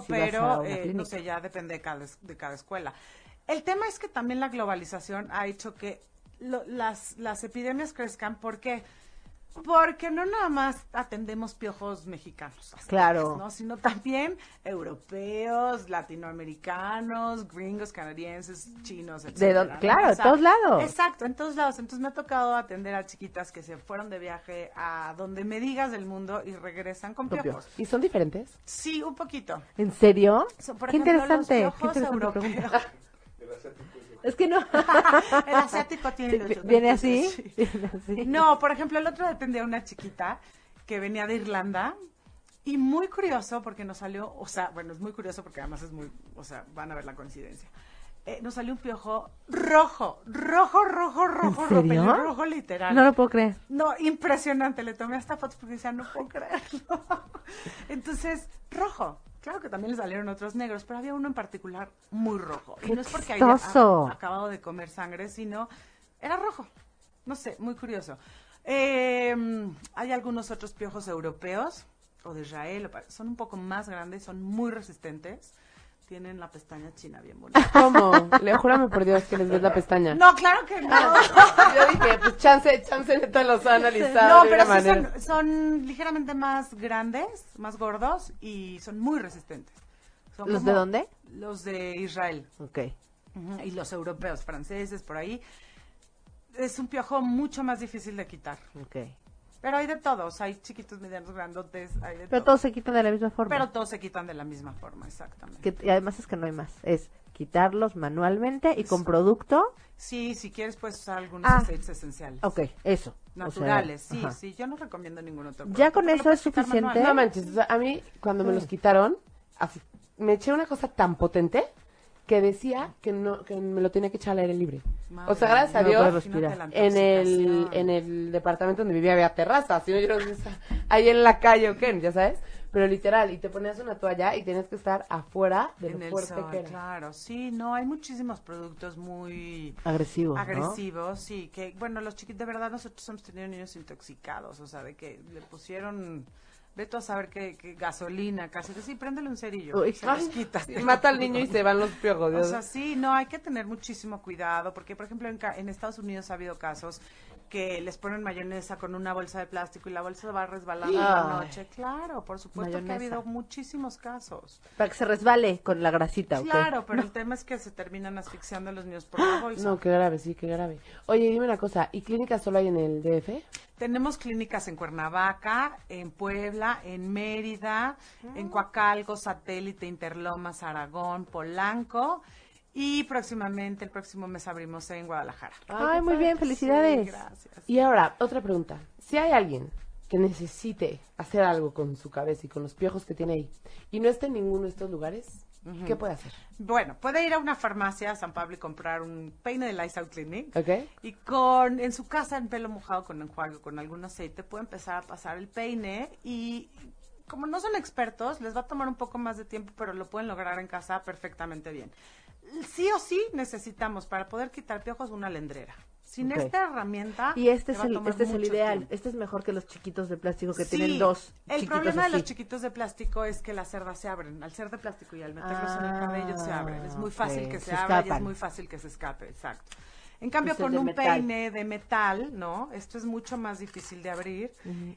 Speaker 4: faltar si vas a
Speaker 5: pero
Speaker 4: una
Speaker 5: eh,
Speaker 4: clínica.
Speaker 5: no sé, ya depende de cada, es- de cada escuela. El tema es que también la globalización ha hecho que lo- las, las epidemias crezcan porque porque no nada más atendemos piojos mexicanos, aztecas,
Speaker 4: Claro.
Speaker 5: ¿no? sino también europeos, latinoamericanos, gringos, canadienses, chinos, etc.
Speaker 4: dónde- claro, de todos lados.
Speaker 5: Exacto, en todos lados. Entonces me ha tocado atender a chiquitas que se fueron de viaje a donde me digas del mundo y regresan con
Speaker 4: Con
Speaker 5: piojos.
Speaker 3: ¿Y son diferentes?
Speaker 5: Sí, un poquito.
Speaker 4: ¿En serio?
Speaker 5: So, por
Speaker 4: qué
Speaker 5: ejemplo,
Speaker 4: interesante.
Speaker 5: los
Speaker 4: qué
Speaker 5: piojos
Speaker 4: interesante
Speaker 5: europeos.
Speaker 4: pregunta. Es que no.
Speaker 5: El asiático tiene los ojos
Speaker 4: ¿Viene así?
Speaker 5: así.
Speaker 4: ¿Viene así?
Speaker 5: No, por ejemplo, el otro atendía a una chiquita que venía de Irlanda y muy curioso porque nos salió, o sea, bueno, es muy curioso porque además es muy, o sea, van a ver la coincidencia. Eh, nos salió un piojo rojo, rojo, rojo, rojo, rojo,
Speaker 4: serio?
Speaker 5: rojo literal.
Speaker 4: No lo puedo creer.
Speaker 5: No, impresionante. Le tomé hasta fotos porque decía, no puedo creerlo. Entonces, rojo. Claro que también le salieron otros negros, pero había uno en particular muy rojo. Y
Speaker 4: ¡Qué
Speaker 5: no es porque haya
Speaker 4: chistoso!
Speaker 5: a- acabado de comer sangre, sino era rojo. No sé, muy curioso. Eh, hay algunos otros piojos europeos o de Israel, o pa- son un poco más grandes, son muy resistentes. Tienen la pestaña china bien bonita.
Speaker 3: ¿Cómo? Le júrame por Dios que les ves la pestaña.
Speaker 5: No, claro que no.
Speaker 3: Yo dije, pues chance, chance neta los ha analizado.
Speaker 5: No,
Speaker 3: de
Speaker 5: pero
Speaker 3: una
Speaker 5: sí
Speaker 3: manera.
Speaker 5: son, son ligeramente más grandes, más gordos y son muy resistentes. Son
Speaker 4: ¿Los
Speaker 5: como
Speaker 4: de dónde?
Speaker 5: Los de Israel
Speaker 4: Ok.
Speaker 5: Ujú, y los europeos, franceses, por ahí. Es un piojo mucho más difícil de quitar.
Speaker 4: Ok.
Speaker 5: Pero hay de todos, hay chiquitos, medianos, grandotes, hay de
Speaker 4: Pero
Speaker 5: todo.
Speaker 4: todos se quitan de la misma forma.
Speaker 5: Pero todos se quitan de la misma forma, exactamente.
Speaker 4: Que- y además es que no hay más. Es quitarlos manualmente y con producto.
Speaker 5: Sí, si quieres puedes usar algunos
Speaker 4: Ah.
Speaker 5: aceites esenciales.
Speaker 4: Ok, eso. o sea,
Speaker 5: Naturales, sí,
Speaker 4: ajá.
Speaker 5: sí. Yo no recomiendo ningún otro.
Speaker 4: Ya
Speaker 5: producto,
Speaker 4: con
Speaker 5: pero
Speaker 4: eso es
Speaker 5: puedes quitar
Speaker 4: suficiente.
Speaker 5: manual.
Speaker 3: No manches, o sea, a mí cuando me
Speaker 5: Mm.
Speaker 3: los quitaron, así, me eché una cosa tan potente que decía que no que me lo tenía que echar al aire libre.
Speaker 5: Madre
Speaker 3: O sea, gracias a
Speaker 4: mía. No
Speaker 3: Dios,
Speaker 4: puedo respirar.
Speaker 3: en el, en el departamento donde vivía había terraza, si no yo no sé, ahí en la calle o qué, ya sabes, pero literal, y te ponías una toalla y tenías que estar afuera de
Speaker 5: en
Speaker 3: lo
Speaker 5: el
Speaker 3: fuerte
Speaker 5: sol,
Speaker 3: que era.
Speaker 5: claro. Sí, no, hay muchísimos productos muy
Speaker 4: Agresivo. ¿no?
Speaker 5: agresivos, sí, que bueno, los chiquitos, de verdad nosotros hemos tenido niños intoxicados, o sea, de que le pusieron, ve tú a saber qué, qué gasolina, casi que sí, préndele un cerillo,
Speaker 4: Uy,
Speaker 5: se los quitas.
Speaker 3: Y Mata al niño y se van los piojos.
Speaker 5: O
Speaker 3: Dios.
Speaker 5: sea, sí, no, hay que tener muchísimo cuidado, porque por ejemplo en, ca- en Estados Unidos ha habido casos que les ponen mayonesa con una bolsa de plástico y la bolsa va resbalando en la
Speaker 4: Ay.
Speaker 5: noche. Claro, por supuesto que ha
Speaker 4: Mayonesa.
Speaker 5: habido muchísimos casos.
Speaker 4: Para que se resbale con la grasita. ¿ok?
Speaker 5: Claro, pero el tema es que se terminan asfixiando los niños por la bolsa.
Speaker 3: no, qué grave, sí, qué grave. Oye, dime una cosa, ¿y clínicas solo hay en el DF?
Speaker 5: Tenemos clínicas en Cuernavaca, en Puebla, en Mérida, en Coacalco, Satélite, Interlomas, Aragón, Polanco y próximamente, el próximo mes abrimos en Guadalajara.
Speaker 4: Ay, muy bien, felicidades.
Speaker 5: Sí, gracias.
Speaker 3: Y ahora, otra pregunta. Si hay alguien que necesite hacer algo con su cabeza y con los piojos que tiene ahí y no está en ninguno de estos lugares, ¿qué puede hacer?
Speaker 5: Bueno, puede ir a una farmacia a San Pablo y comprar un peine de Lysol Clinic.
Speaker 3: ¿Ok?
Speaker 5: Y con, en su casa, en pelo mojado con enjuague, o con algún aceite, puede empezar a pasar el peine y como no son expertos, les va a tomar un poco más de tiempo, pero lo pueden lograr en casa perfectamente bien. Sí o sí necesitamos para poder quitar piojos una lendrera. Sin
Speaker 4: Ok.
Speaker 5: esta herramienta...
Speaker 4: Y este
Speaker 5: te
Speaker 4: es
Speaker 5: va a
Speaker 4: el,
Speaker 5: tomar
Speaker 4: este es el
Speaker 5: mucho
Speaker 4: ideal.
Speaker 5: tiempo.
Speaker 4: Este es mejor que los chiquitos de plástico que
Speaker 5: Sí,
Speaker 4: tienen dos.
Speaker 5: El
Speaker 4: chiquitos
Speaker 5: problema de los
Speaker 4: así.
Speaker 5: chiquitos de plástico es que las cerdas se abren. Al ser de plástico y al meterlos en
Speaker 4: Ah,
Speaker 5: el cabello se abren. Es muy fácil
Speaker 4: ok,
Speaker 5: que
Speaker 4: se
Speaker 5: se, abra y es
Speaker 4: escapan.
Speaker 5: muy fácil que se escape, exacto. En cambio,
Speaker 4: Este es
Speaker 5: con
Speaker 4: de
Speaker 5: un
Speaker 4: metal.
Speaker 5: peine de metal, ¿no? Esto es mucho más difícil de abrir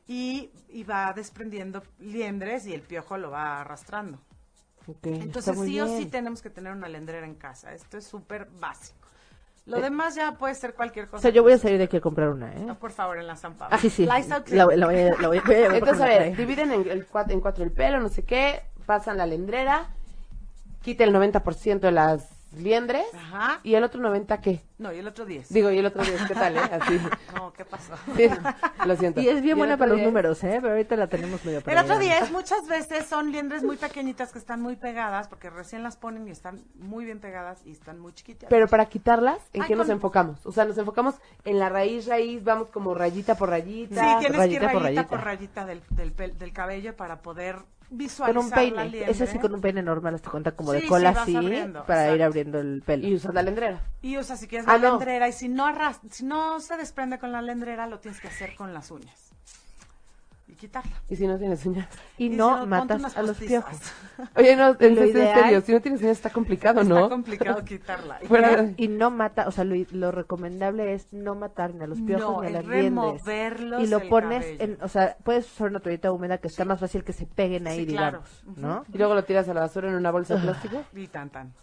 Speaker 5: y, y va desprendiendo liendres y el piojo lo va arrastrando.
Speaker 4: Ok, está
Speaker 5: Entonces,
Speaker 4: muy
Speaker 5: sí o sí
Speaker 4: bien.
Speaker 5: tenemos que tener una lendrera en casa. Esto es súper básico. Lo demás ya puede ser cualquier
Speaker 4: Eh. O
Speaker 5: cosa.
Speaker 4: sea, yo voy a salir de aquí a comprar una, ¿eh?
Speaker 5: No, por favor, en la San Pablo.
Speaker 4: Ah, sí, sí. La,
Speaker 5: Lysol Clean.
Speaker 4: la voy, a, la voy a- voy a llevar
Speaker 3: Entonces,
Speaker 4: porque
Speaker 3: a
Speaker 4: me
Speaker 3: ver,
Speaker 4: trae.
Speaker 3: dividen en, el cua- en cuatro el pelo, no sé qué, pasan la lendrera, quita el 90% de las liendres
Speaker 5: Ajá.
Speaker 3: y el otro 90% qué?
Speaker 5: No, y el otro 10.
Speaker 3: Digo, y el otro 10, ¿qué tal, eh? Así.
Speaker 5: No, ¿qué pasó?
Speaker 3: Sí, lo siento.
Speaker 4: Y es bien
Speaker 3: el
Speaker 4: buena
Speaker 3: otro
Speaker 4: para los
Speaker 3: 10,
Speaker 4: números, ¿eh? Pero ahorita la tenemos medio
Speaker 5: El otro
Speaker 4: perdida.
Speaker 5: día es muchas veces son liendres muy pequeñitas que están muy pegadas porque recién las ponen y están muy bien pegadas y están muy chiquitas.
Speaker 3: Pero para quitarlas, ¿en
Speaker 5: Ay,
Speaker 3: qué nos
Speaker 5: con-
Speaker 3: enfocamos? O sea, nos enfocamos en la raíz, raíz, vamos como rayita por
Speaker 5: sí,
Speaker 3: rayita.
Speaker 5: tienes que ir
Speaker 4: rayita
Speaker 5: rayita
Speaker 4: por
Speaker 5: por
Speaker 4: rayita.
Speaker 5: rayita, del, del, pel- del cabello para poder visualizar
Speaker 4: Con un
Speaker 5: la
Speaker 4: peine.
Speaker 5: liendre.
Speaker 4: Eso sí, con un peine normal, hasta cuenta como
Speaker 5: ¿eh? Sí,
Speaker 4: de
Speaker 5: sí,
Speaker 4: cola
Speaker 5: vas
Speaker 4: así,
Speaker 5: abriendo,
Speaker 4: para ir
Speaker 5: exacto.
Speaker 4: abriendo el pelo.
Speaker 3: Y usas la lendrera.
Speaker 5: Y usa si quieres
Speaker 3: Ah,
Speaker 5: la
Speaker 3: no.
Speaker 5: lendrera y si no, arras- si no se desprende con la lendrera lo tienes que hacer con las uñas. Y quitarla.
Speaker 3: Y si no tienes uñas.
Speaker 4: Y,
Speaker 5: si
Speaker 4: no,
Speaker 5: ponte
Speaker 4: matas
Speaker 5: unas
Speaker 4: a los
Speaker 5: postizas.
Speaker 4: piojos.
Speaker 3: Oye, no, en,
Speaker 4: Lo
Speaker 3: en
Speaker 4: ideal-
Speaker 3: serio, si no tienes uñas está complicado, ¿no?
Speaker 5: Está complicado quitarla. Y
Speaker 3: Fuera de-
Speaker 4: Y no mata, o sea, lo, lo recomendable es no matar ni a los piojos
Speaker 5: No,
Speaker 4: ni a
Speaker 5: es
Speaker 4: las liendres.
Speaker 5: removerlos
Speaker 4: Y lo
Speaker 5: del
Speaker 4: pones
Speaker 5: cabello.
Speaker 4: en, o sea, puedes usar una toallita húmeda que está más fácil que se peguen ahí,
Speaker 5: Sí, claro.
Speaker 4: digamos, ¿no?
Speaker 3: Y luego lo tiras a la basura en una bolsa de plástico.
Speaker 5: Y tan tan.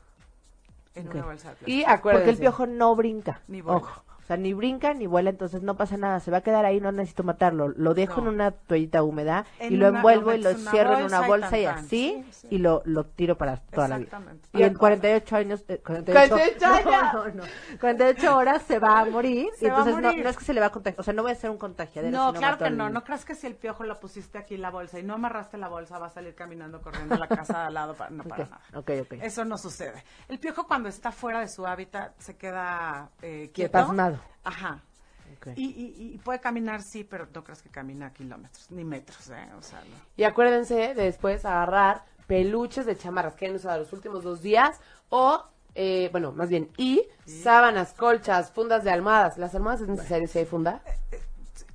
Speaker 5: En
Speaker 4: Ok.
Speaker 5: una bolsa de plástico.
Speaker 3: Y acuérdense.
Speaker 4: Porque el piojo no brinca.
Speaker 5: Ni vuela.
Speaker 4: Ojo. O sea, ni brinca ni vuela, entonces no pasa nada. Se va a quedar ahí, no necesito matarlo. Lo dejo
Speaker 5: No.
Speaker 4: en una toallita húmeda
Speaker 5: En
Speaker 4: y lo
Speaker 5: una-
Speaker 4: envuelvo
Speaker 5: lo
Speaker 4: y lo
Speaker 5: metes en una
Speaker 4: cierro en una
Speaker 5: bolsa
Speaker 4: bolsa
Speaker 5: y
Speaker 4: y
Speaker 5: tan, tan.
Speaker 4: así
Speaker 5: Sí, sí.
Speaker 4: y lo, lo tiro para toda la vida.
Speaker 5: Exactamente.
Speaker 4: Y en 48 años... eh, 48,
Speaker 3: 48 años.
Speaker 4: No, no, no. 48 horas se va a morir.
Speaker 5: Se
Speaker 4: y
Speaker 5: va a
Speaker 4: entonces no-
Speaker 5: morir.
Speaker 4: No, es que se le va a contagiar. O sea, no voy a ser un contagiadero.
Speaker 5: No,
Speaker 4: si
Speaker 5: claro
Speaker 4: mato
Speaker 5: que
Speaker 4: al
Speaker 5: no.
Speaker 4: niño.
Speaker 5: No creas que si el piojo lo pusiste aquí en la bolsa y no amarraste la bolsa, va a salir caminando corriendo a la casa de al lado. Para, no, para
Speaker 4: Ok,
Speaker 5: nada.
Speaker 4: ok, ok.
Speaker 5: Eso no sucede. El piojo cuando está fuera de su hábitat se queda eh, quieto.
Speaker 4: Pasmado.
Speaker 5: Ajá.
Speaker 4: Ok.
Speaker 5: Y, y- y puede caminar, sí, pero no creas que camina kilómetros, ni metros, ¿eh? O sea, no.
Speaker 3: Y acuérdense de después agarrar peluches de chamarras que han usado los últimos dos días o, eh, bueno, más bien, y sábanas, colchas, fundas de almohadas. ¿Las almohadas es necesario si hay funda?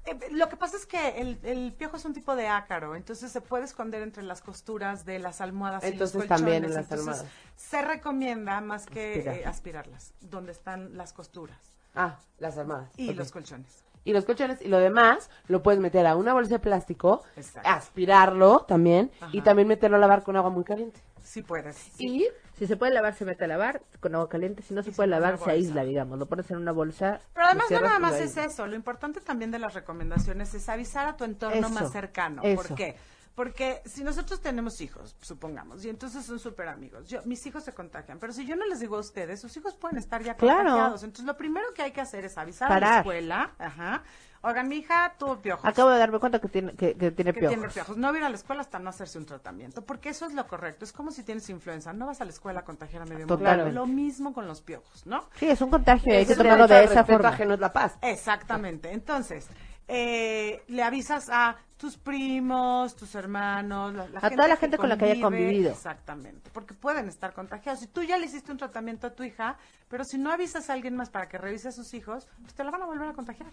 Speaker 5: Eh, Lo que pasa es que el, el piojo es un tipo de ácaro, entonces se puede esconder entre las costuras de las almohadas. y
Speaker 3: Entonces,
Speaker 5: los
Speaker 3: también en
Speaker 5: colchones,
Speaker 3: las
Speaker 5: entonces,
Speaker 3: almohadas.
Speaker 5: Se recomienda más que
Speaker 4: Aspirar.
Speaker 5: eh, aspirarlas, donde están las costuras
Speaker 3: Ah, las almohadas.
Speaker 5: y
Speaker 3: Ok.
Speaker 5: los colchones.
Speaker 3: y los colchones y lo demás lo puedes meter a una bolsa de plástico,
Speaker 5: Exacto.
Speaker 3: aspirarlo también y
Speaker 5: Ajá.
Speaker 3: también meterlo a lavar con agua muy caliente.
Speaker 5: Sí puedes.
Speaker 3: Y
Speaker 4: Si se puede lavar, se mete a lavar con agua caliente. Si no se
Speaker 5: se
Speaker 4: puede
Speaker 5: pone en
Speaker 4: lavar,
Speaker 5: una
Speaker 4: se
Speaker 5: bolsa.
Speaker 4: aísla, digamos. Lo pones en una bolsa.
Speaker 5: Pero además
Speaker 4: lo
Speaker 5: no
Speaker 4: cierras
Speaker 5: nada
Speaker 4: y lo
Speaker 5: más es
Speaker 4: aíslas.
Speaker 5: eso, lo importante también de las recomendaciones es avisar a tu entorno
Speaker 4: Eso,
Speaker 5: más cercano.
Speaker 4: eso.
Speaker 5: ¿Por qué? Porque si nosotros tenemos hijos, supongamos, y entonces son súper amigos, yo, mis hijos se contagian, pero si yo no les digo a ustedes, sus hijos pueden estar ya
Speaker 4: Claro.
Speaker 5: contagiados. Entonces lo primero que hay que hacer es avisar a la
Speaker 4: Parar.
Speaker 5: escuela, ajá, oigan, mi hija tuvo piojos.
Speaker 4: Acabo de darme cuenta que tiene, que, que tiene
Speaker 5: que
Speaker 4: piojos.
Speaker 5: tiene piojos. No viene a la escuela hasta no hacerse un tratamiento, porque eso es lo correcto. Es como si tienes influenza, no vas a la escuela a contagiar a medio mundo.
Speaker 4: Totalmente.
Speaker 5: Lo mismo con los piojos, ¿no?
Speaker 4: Sí, es un contagio, hay
Speaker 3: Ese
Speaker 4: que
Speaker 3: es
Speaker 4: tomarlo
Speaker 3: derecho
Speaker 4: de
Speaker 3: al
Speaker 4: esa
Speaker 3: respeto
Speaker 4: forma.
Speaker 3: ajeno es la
Speaker 4: Eh,
Speaker 3: paz.
Speaker 5: Exactamente. Entonces, eh, le avisas a tus primos, tus hermanos, la-
Speaker 4: A toda la gente con la que haya
Speaker 5: convive.
Speaker 4: convivido.
Speaker 5: Exactamente, porque pueden estar contagiados. Si tú ya le hiciste un tratamiento a tu hija, pero si no avisas a alguien más para que revise a sus hijos, pues te la van a volver a contagiar.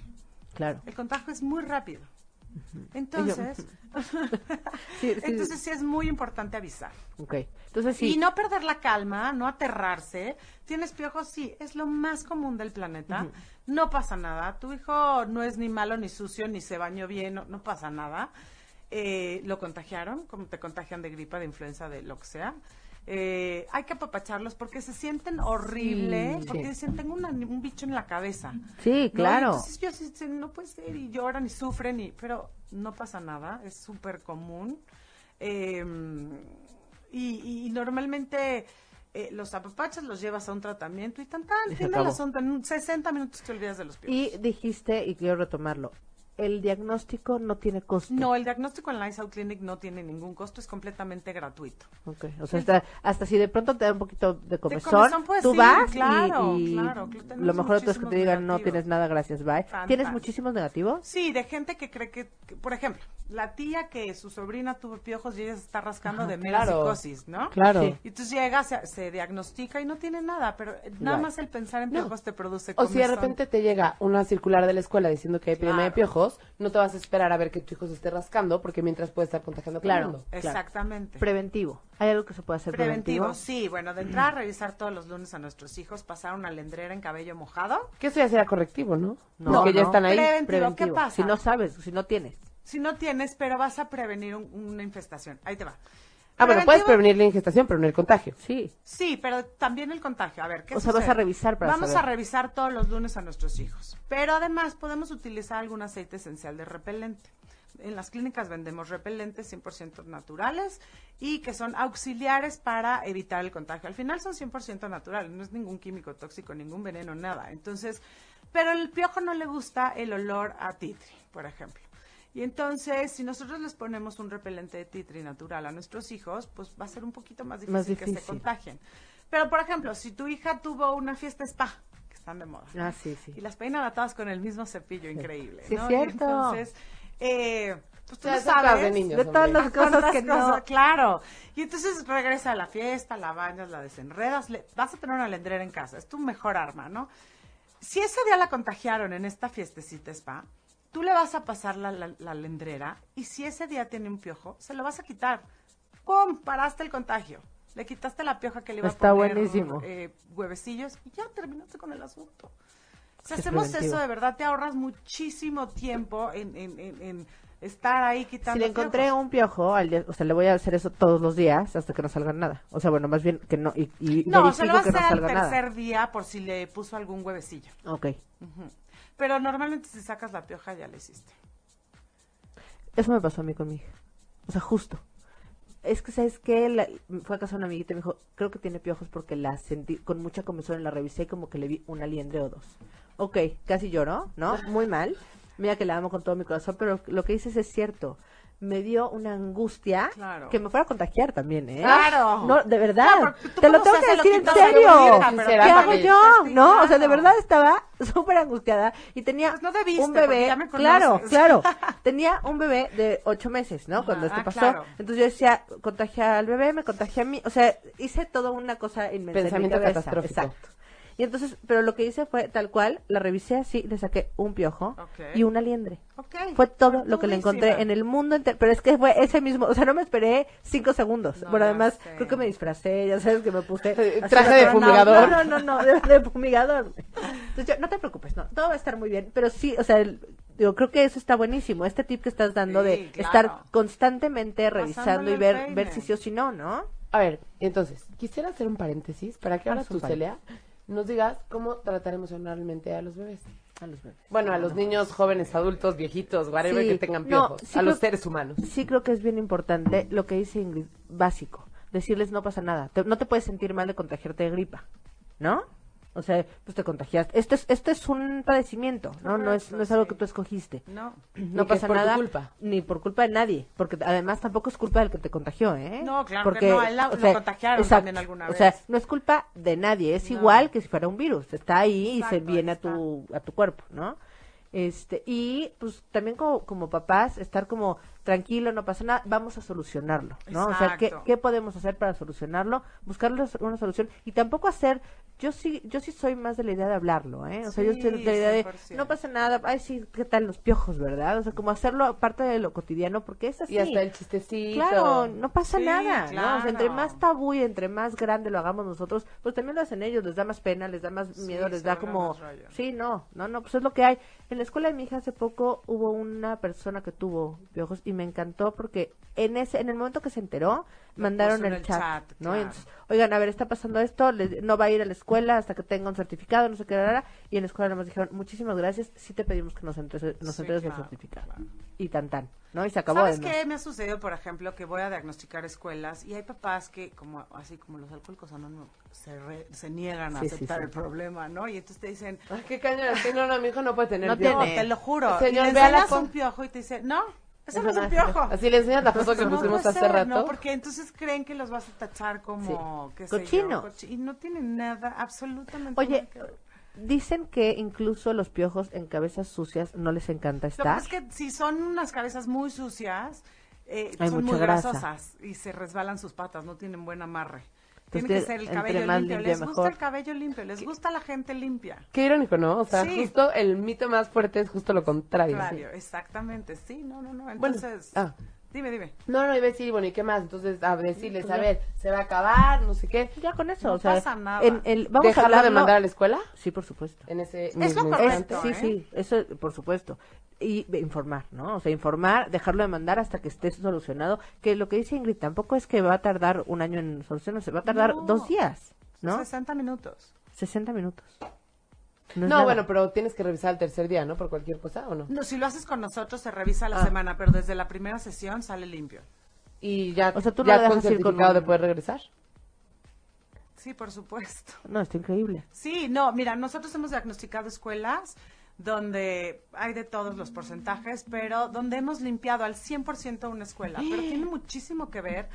Speaker 4: Claro.
Speaker 5: El contagio es muy rápido. Entonces,
Speaker 4: Sí, sí.
Speaker 5: entonces sí es muy importante avisar.
Speaker 4: Ok. Entonces sí.
Speaker 5: Y no perder la calma, no aterrarse. Tienes piojos, sí, es lo más común del planeta. No pasa nada. Tu hijo no es ni malo, ni sucio, ni se bañó bien, no, no pasa nada. Eh, lo contagiaron, como te contagian de gripa, de influenza, de lo que sea. Eh, hay que apapacharlos porque se sienten horrible,
Speaker 4: Sí.
Speaker 5: porque dicen, tengo una- un bicho en la cabeza.
Speaker 4: Sí,
Speaker 5: ¿no?
Speaker 4: claro.
Speaker 5: Entonces yo sí, sí, no puede ser, y lloran y sufren, y, pero no pasa nada, es súper común. Eh, y, y normalmente eh, los apapachas los llevas a un tratamiento y tan
Speaker 4: Y
Speaker 5: tan,
Speaker 4: se
Speaker 5: tiene
Speaker 4: acabó.
Speaker 5: razón, en 60 minutos te olvidas de los pies.
Speaker 4: Y dijiste, y quiero retomarlo, el diagnóstico no tiene costo.
Speaker 5: No, el diagnóstico en Lights Out Clinic no tiene ningún costo, es completamente gratuito.
Speaker 4: Ok, O sea, hasta, hasta si de pronto te da un poquito de comezón,
Speaker 5: comezón, pues,
Speaker 4: tú
Speaker 5: sí,
Speaker 4: vas
Speaker 5: claro,
Speaker 4: y, y
Speaker 5: claro, que tenemos
Speaker 4: lo mejor de todo es que
Speaker 5: muchísimos
Speaker 4: te digan, no
Speaker 5: negativos.
Speaker 4: tienes nada, gracias, bye.
Speaker 5: Tan,
Speaker 4: ¿Tienes
Speaker 5: tan.
Speaker 4: muchísimos negativos?
Speaker 5: Sí, de gente que cree que, que, por ejemplo, la tía que su sobrina tuvo piojos y ella se está rascando de mera
Speaker 3: claro.
Speaker 5: psicosis, ¿no?
Speaker 4: Claro.
Speaker 5: Sí. Y entonces llega, se, se diagnostica y no tiene nada, pero nada
Speaker 4: Right.
Speaker 5: más el pensar en
Speaker 3: No.
Speaker 5: piojos te produce
Speaker 3: O si de
Speaker 5: comezón.
Speaker 3: repente te llega una circular de la escuela diciendo que hay epidemia de
Speaker 5: Claro.
Speaker 3: piojos, no te vas a esperar a ver que tu hijo se esté rascando, porque mientras puede estar contagiando a todo el
Speaker 4: Claro.
Speaker 3: mundo.
Speaker 5: Exactamente.
Speaker 4: Preventivo. ¿Hay algo que se puede hacer preventivo?
Speaker 5: Preventivo, sí. Bueno, de entrar a revisar todos los lunes a nuestros hijos, pasar una lendrera en cabello mojado.
Speaker 3: Que eso ya será correctivo, ¿no?
Speaker 4: No,
Speaker 3: porque ya
Speaker 4: no.
Speaker 3: están ahí.
Speaker 5: Preventivo, ¿qué pasa?
Speaker 4: Si no sabes, si no tienes.
Speaker 5: Si no tienes, pero vas a prevenir un- una infestación. Ahí te va.
Speaker 3: Ah, bueno, puedes
Speaker 5: Preventivo-
Speaker 3: prevenir la ingestación, pero no el contagio.
Speaker 4: Sí.
Speaker 5: Sí, pero también el contagio. A ver, ¿qué
Speaker 4: O sea, vas
Speaker 5: sucede?
Speaker 4: a revisar para
Speaker 5: Vamos
Speaker 4: saber.
Speaker 5: a revisar todos los lunes a nuestros hijos. Pero además podemos utilizar algún aceite esencial de repelente. En las clínicas vendemos repelentes 100% naturales y que son auxiliares para evitar el contagio. Al final son 100% naturales, no es ningún químico tóxico, ningún veneno, nada. Entonces, pero el piojo no le gusta el olor a titri, por ejemplo. Y entonces, si nosotros les ponemos un repelente de titri natural a nuestros hijos, pues va a ser un poquito más difícil,
Speaker 4: Más
Speaker 5: que se
Speaker 4: difícil.
Speaker 5: contagien. Pero, por ejemplo, si tu hija tuvo una fiesta spa, que están de moda,
Speaker 4: Ah, sí, sí.
Speaker 5: y las peinan atadas con el mismo cepillo, increíble,
Speaker 4: Sí, es
Speaker 5: ¿no? Y
Speaker 4: cierto.
Speaker 5: entonces, eh, pues tú
Speaker 3: Ya
Speaker 5: no
Speaker 3: son cosas
Speaker 5: sabes...
Speaker 3: de niños,
Speaker 4: de todas
Speaker 3: hombre.
Speaker 4: las cosas que
Speaker 5: ¿Cuántas
Speaker 4: no.
Speaker 5: cosas? Claro. Y entonces regresa a la fiesta, la bañas, la desenredas, le- vas a tener una lendrera en casa, es tu mejor arma, ¿no? Si ese día la contagiaron en esta fiestecita spa, tú le vas a pasar la, la- la lendrera y si ese día tiene un piojo, se lo vas a quitar. ¡Pum! Paraste el contagio. Le quitaste la pioja que le iba
Speaker 4: Está
Speaker 5: a poner
Speaker 4: buenísimo.
Speaker 5: eh, huevecillos y ya terminaste con el asunto. Si
Speaker 4: Es
Speaker 5: hacemos eso,
Speaker 4: preventivo.
Speaker 5: de verdad te ahorras muchísimo tiempo en, en- en- en estar ahí quitando
Speaker 4: Si le encontré
Speaker 5: piojos.
Speaker 4: un piojo, al día- o sea, le voy a hacer eso todos los días hasta que no salga nada. O sea, bueno, más bien que no, y, y
Speaker 5: No, se
Speaker 4: verifico
Speaker 5: lo va a
Speaker 4: que
Speaker 5: hacer
Speaker 4: no
Speaker 5: al
Speaker 4: salga
Speaker 5: tercer
Speaker 4: nada.
Speaker 5: día por si le puso algún huevecillo.
Speaker 4: Ok.
Speaker 5: Pero normalmente si sacas la pioja ya le hiciste.
Speaker 4: Eso me pasó a mí con mi hija. O sea, justo. Es que, ¿sabes qué? La- fue a casa de una amiguita y me dijo, creo que tiene piojos porque la sentí con mucha comezón, la revisé y como que le vi una liendre o dos. Ok, casi lloró, ¿no? Muy mal. Mira que la amo con todo mi corazón, pero lo que dices es cierto. Me dio una angustia
Speaker 5: Claro.
Speaker 4: que me fuera a contagiar también, ¿eh?
Speaker 5: Claro.
Speaker 4: No, de verdad.
Speaker 5: No, porque tú
Speaker 4: Te lo
Speaker 5: cómo
Speaker 4: tengo
Speaker 5: se
Speaker 4: que
Speaker 5: hace
Speaker 4: decir en
Speaker 5: loquita, se lo
Speaker 4: serio.
Speaker 5: niega,
Speaker 3: pero
Speaker 4: ¿Qué
Speaker 3: también
Speaker 4: hago
Speaker 3: estás
Speaker 4: yo?
Speaker 5: así,
Speaker 4: No, o sea, de
Speaker 5: claro.
Speaker 4: verdad estaba súper angustiada y tenía
Speaker 5: Pues no debiste,
Speaker 4: un bebé.
Speaker 5: porque ya me
Speaker 4: claro,
Speaker 5: conoces.
Speaker 4: claro. Tenía un bebé de ocho meses, ¿no? Cuando
Speaker 5: Ajá, ah,
Speaker 4: esto pasó.
Speaker 5: claro.
Speaker 4: Entonces yo decía, contagia al bebé, me contagia a mí. O sea, hice toda una cosa inmensa. en mi
Speaker 3: Pensamiento
Speaker 4: cabeza.
Speaker 3: catastrófico.
Speaker 4: Exacto. Y entonces, pero lo que hice fue tal cual, la revisé así, le saqué un piojo
Speaker 5: Ok.
Speaker 4: y una liendre.
Speaker 5: Ok.
Speaker 4: Fue todo lo que le encontré
Speaker 5: Fortunísima.
Speaker 4: en el mundo entero. Pero es que fue ese mismo. O sea, no me esperé cinco segundos.
Speaker 5: No,
Speaker 4: bueno,
Speaker 5: ya
Speaker 4: además,
Speaker 5: sé.
Speaker 4: creo que me disfracé. Ya sabes que me puse.
Speaker 3: Eh,
Speaker 4: así
Speaker 3: traje
Speaker 4: un
Speaker 3: de
Speaker 4: astronauta.
Speaker 3: fumigador.
Speaker 4: No, no, no, de, de fumigador. Entonces, yo, no te preocupes, no. Todo va a estar muy bien. Pero sí, o sea, el- digo, creo que eso está buenísimo. Este tip que estás dando
Speaker 5: Sí,
Speaker 4: de
Speaker 5: claro.
Speaker 4: estar constantemente revisando
Speaker 5: Pasándole
Speaker 4: y
Speaker 5: el
Speaker 4: ver,
Speaker 5: peine.
Speaker 4: ver si sí o si no, ¿no?
Speaker 3: A ver, entonces, quisiera
Speaker 5: Ah,
Speaker 3: hacer un paréntesis para que ahora
Speaker 4: Haz un
Speaker 3: tú, Celia, nos digas cómo trataremos emocionalmente a los bebés.
Speaker 4: a los bebés.
Speaker 3: Bueno,
Speaker 5: Ah,
Speaker 3: a los niños, jóvenes, adultos, viejitos, whatever
Speaker 4: Sí.
Speaker 3: que tengan
Speaker 4: No,
Speaker 3: piojos.
Speaker 4: sí
Speaker 3: a los
Speaker 4: creo-
Speaker 3: seres humanos.
Speaker 5: Ah,
Speaker 4: Sí creo que es bien importante lo que dice Ingrid, básico, decirles no pasa nada, te- no te puedes sentir mal de contagiarte de gripa, ¿no? O sea, pues te contagiaste. Esto es, esto es un padecimiento, ¿no? No es, no es algo que tú escogiste.
Speaker 5: No.
Speaker 4: No
Speaker 3: que es
Speaker 4: pasa
Speaker 3: por tu
Speaker 4: nada.
Speaker 3: culpa.
Speaker 4: Ni por culpa de nadie. Porque además tampoco es culpa del que te contagió, ¿eh?
Speaker 5: No, claro que no, a él la- lo contagiaron también alguna
Speaker 4: O sea,
Speaker 5: vez.
Speaker 4: no es culpa de nadie. Es
Speaker 5: No.
Speaker 4: igual que si fuera un virus. Está ahí y se
Speaker 5: Exacto,
Speaker 4: viene
Speaker 5: ahí
Speaker 4: a tu, a tu cuerpo, ¿no? Este, y pues también como, como papás, estar como tranquilo, no pasa nada, vamos a solucionarlo, ¿no? O sea, ¿qué,
Speaker 5: Exacto.
Speaker 4: ¿qué podemos hacer para solucionarlo? Buscarle una solución y tampoco hacer, yo sí, yo sí soy más de la idea de hablarlo, ¿eh? O sea, yo
Speaker 5: Sí,
Speaker 4: estoy de la idea de,
Speaker 5: 100%.
Speaker 4: no pasa nada, ay, sí, ¿qué tal los piojos, verdad? O sea, como hacerlo parte de lo cotidiano, porque es así.
Speaker 3: Pues Y hasta el chistecito.
Speaker 4: Claro, no pasa
Speaker 5: Sí,
Speaker 4: nada, ¿no? O sea, entre
Speaker 5: claro.
Speaker 4: más tabú y entre más grande lo hagamos nosotros, pues también lo hacen ellos, les da más pena, les da más miedo,
Speaker 5: Sí,
Speaker 4: les
Speaker 5: se
Speaker 4: da
Speaker 5: vuelve
Speaker 4: como...
Speaker 5: más rollo.
Speaker 4: Sí, no, no, no, pues es lo que hay. En la escuela de mi hija hace poco hubo una persona que tuvo piojos y me encantó porque en ese en el momento que se enteró, mandaron
Speaker 5: puso en
Speaker 4: el,
Speaker 5: el
Speaker 4: chat,
Speaker 5: chat,
Speaker 4: ¿no? Y
Speaker 5: claro.
Speaker 4: entonces, oigan, a ver, está pasando esto, le- no va a ir a la escuela hasta que tenga un certificado, no sé qué, rara, rara. y en la escuela nos dijeron, muchísimas gracias, sí te pedimos que nos, entre- nos
Speaker 5: Sí,
Speaker 4: entregues el
Speaker 5: claro,
Speaker 4: certificado.
Speaker 5: claro.
Speaker 4: Y tan tan, ¿no? Y se acabó.
Speaker 5: ¿Sabes
Speaker 4: además.
Speaker 5: qué me ha sucedido, por ejemplo, que voy a diagnosticar escuelas y hay papás que, como así como los alcohólicos anónimos, se, re- se niegan a
Speaker 4: Sí, sí,
Speaker 5: aceptar
Speaker 4: sí.
Speaker 5: el problema, ¿no? Y entonces te dicen,
Speaker 3: Ay, qué cañón. Sí, no, no, mi hijo no puede tener
Speaker 4: No
Speaker 3: piojos.
Speaker 5: no,
Speaker 4: tiene.
Speaker 5: te lo juro.
Speaker 3: Señor,
Speaker 5: y le
Speaker 3: vea la
Speaker 5: enseñas
Speaker 3: fo-
Speaker 5: un piojo y te dicen, no, eso,
Speaker 3: Eso
Speaker 5: no es un
Speaker 3: no-
Speaker 5: piojo.
Speaker 3: Así le enseñas la foto que
Speaker 5: No
Speaker 3: pusimos
Speaker 5: puede
Speaker 3: hace
Speaker 5: ser,
Speaker 3: rato.
Speaker 5: No, porque entonces creen que los vas a tachar como qué sé yo,
Speaker 4: Cochinos.
Speaker 5: cochi- y no tienen nada, absolutamente
Speaker 4: Oye,
Speaker 5: nada que ver.
Speaker 4: dicen que incluso los piojos en cabezas sucias no les encanta
Speaker 5: Lo que
Speaker 4: estar.
Speaker 5: pasa pues es que si son unas cabezas muy sucias, eh,
Speaker 4: Hay
Speaker 5: son
Speaker 4: mucha
Speaker 5: muy
Speaker 4: grasa.
Speaker 5: grasosas y se resbalan sus patas, no tienen buen amarre.
Speaker 4: Entonces,
Speaker 5: Tiene que ser el
Speaker 4: entre
Speaker 5: cabello
Speaker 4: más
Speaker 5: limpio.
Speaker 4: limpia,
Speaker 5: Les gusta
Speaker 4: mejor.
Speaker 5: el cabello limpio, les gusta la gente limpia.
Speaker 3: Qué irónico, ¿no? O sea,
Speaker 5: Sí.
Speaker 3: justo el mito más fuerte es justo lo contrario.
Speaker 5: Claro, exactamente. Sí, no, no, no.
Speaker 3: Bueno,
Speaker 5: Entonces,
Speaker 3: ah.
Speaker 5: dime, dime.
Speaker 3: No, no, iba a decir, bueno, ¿y qué más? Entonces, a decirles, a ver, se va a acabar, no sé qué.
Speaker 4: ya con eso,
Speaker 5: No
Speaker 4: o sea,
Speaker 5: pasa nada.
Speaker 4: en el- vamos a
Speaker 3: ¿Dejarla
Speaker 4: hablar
Speaker 3: de mandar a la escuela?
Speaker 4: Sí, por supuesto.
Speaker 3: En ese
Speaker 5: lo
Speaker 3: mismo
Speaker 5: correcto.
Speaker 4: Es-
Speaker 3: instante.
Speaker 5: Exacto,
Speaker 4: sí,
Speaker 5: ¿eh?
Speaker 4: sí, eso por supuesto. Y de informar, ¿no? O sea, informar, dejarlo de mandar hasta que esté solucionado. Que lo que dice Ingrid tampoco es que va a tardar un año en solucionarse, va a tardar
Speaker 5: No.
Speaker 4: dos días, ¿no?
Speaker 5: 60 minutos.
Speaker 4: 60 minutos.
Speaker 3: No,
Speaker 4: es nada.
Speaker 3: bueno, pero tienes que revisar el tercer día, ¿no? Por cualquier cosa, ¿o no?
Speaker 5: No, si lo haces con nosotros, se revisa la
Speaker 3: Ah.
Speaker 5: semana, pero desde la primera sesión sale limpio.
Speaker 3: Y ya,
Speaker 4: O sea, tú no
Speaker 3: ya con
Speaker 4: lo dejas ir con
Speaker 3: certificado de
Speaker 4: un-
Speaker 3: poder regresar.
Speaker 5: Sí, por supuesto.
Speaker 4: No, está increíble.
Speaker 5: Sí, no, mira, nosotros hemos diagnosticado escuelas donde hay de todos los porcentajes, pero donde hemos limpiado al 100% una escuela. Pero
Speaker 4: ¡Eh!
Speaker 5: tiene muchísimo que ver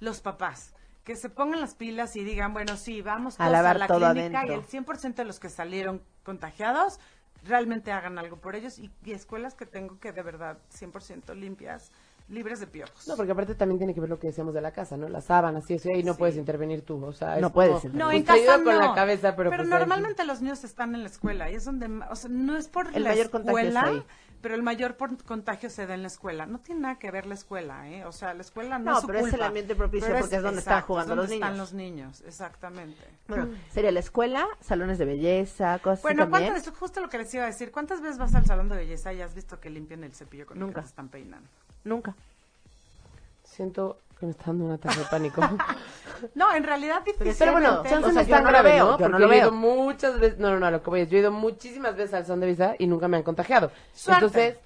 Speaker 5: los papás. Que se pongan las pilas y digan, bueno, sí, vamos
Speaker 4: A
Speaker 5: todos
Speaker 4: lavar
Speaker 5: la
Speaker 4: todo
Speaker 5: clínica
Speaker 4: adentro.
Speaker 5: y el 100% de los que salieron contagiados realmente hagan algo por ellos y, y escuelas que tengo que de verdad 100% limpias, libres de piojos.
Speaker 3: No, porque aparte también tiene que ver lo que decíamos de la casa, ¿no? Las sábanas, y eso, y ahí no puedes intervenir tú, o sea... es
Speaker 4: No puedes
Speaker 3: como-
Speaker 4: intervenir.
Speaker 5: No,
Speaker 3: Pues
Speaker 5: en
Speaker 3: te
Speaker 5: casa
Speaker 3: ayudo con
Speaker 5: no.
Speaker 3: la cabeza, pero pues ahí-
Speaker 5: normalmente los niños están en la escuela y es donde, ma- o sea, no es por
Speaker 4: El
Speaker 5: la
Speaker 4: mayor contagio
Speaker 5: escuela,
Speaker 4: está ahí.
Speaker 5: pero el mayor por- contagio se da en la escuela. No tiene nada que ver la escuela, ¿eh? O sea, la escuela no,
Speaker 4: No,
Speaker 5: es su
Speaker 4: pero es el
Speaker 5: culpa,
Speaker 4: ambiente propicio
Speaker 5: pero
Speaker 4: porque es donde están
Speaker 5: exacto,
Speaker 4: jugando
Speaker 5: donde
Speaker 4: los
Speaker 5: están
Speaker 4: niños.
Speaker 5: los niños, exactamente.
Speaker 4: Bueno, sería la escuela, salones de belleza, cosas así
Speaker 5: Mm. Bueno,
Speaker 4: también.
Speaker 5: ¿cuántas, justo lo que les iba a decir, ¿cuántas veces vas al salón de belleza y has visto que limpian el cepillo con
Speaker 4: Nunca.
Speaker 5: el que te están peinando?
Speaker 4: Nunca.
Speaker 3: Siento que me está dando un ataque de pánico.
Speaker 5: No, en realidad difícilmente.
Speaker 3: Pero bueno,
Speaker 4: Chance
Speaker 3: chances
Speaker 4: no
Speaker 3: no
Speaker 4: está
Speaker 3: están
Speaker 4: grave,
Speaker 3: grave,
Speaker 4: ¿no?
Speaker 3: ¿no?
Speaker 4: Yo
Speaker 3: Porque no
Speaker 4: no lo
Speaker 3: yo he
Speaker 4: veo.
Speaker 3: ido muchas veces, no, no, no, a lo que voy es, yo he ido muchísimas veces al son de visa y nunca me han contagiado.
Speaker 5: Suerte.
Speaker 3: Entonces,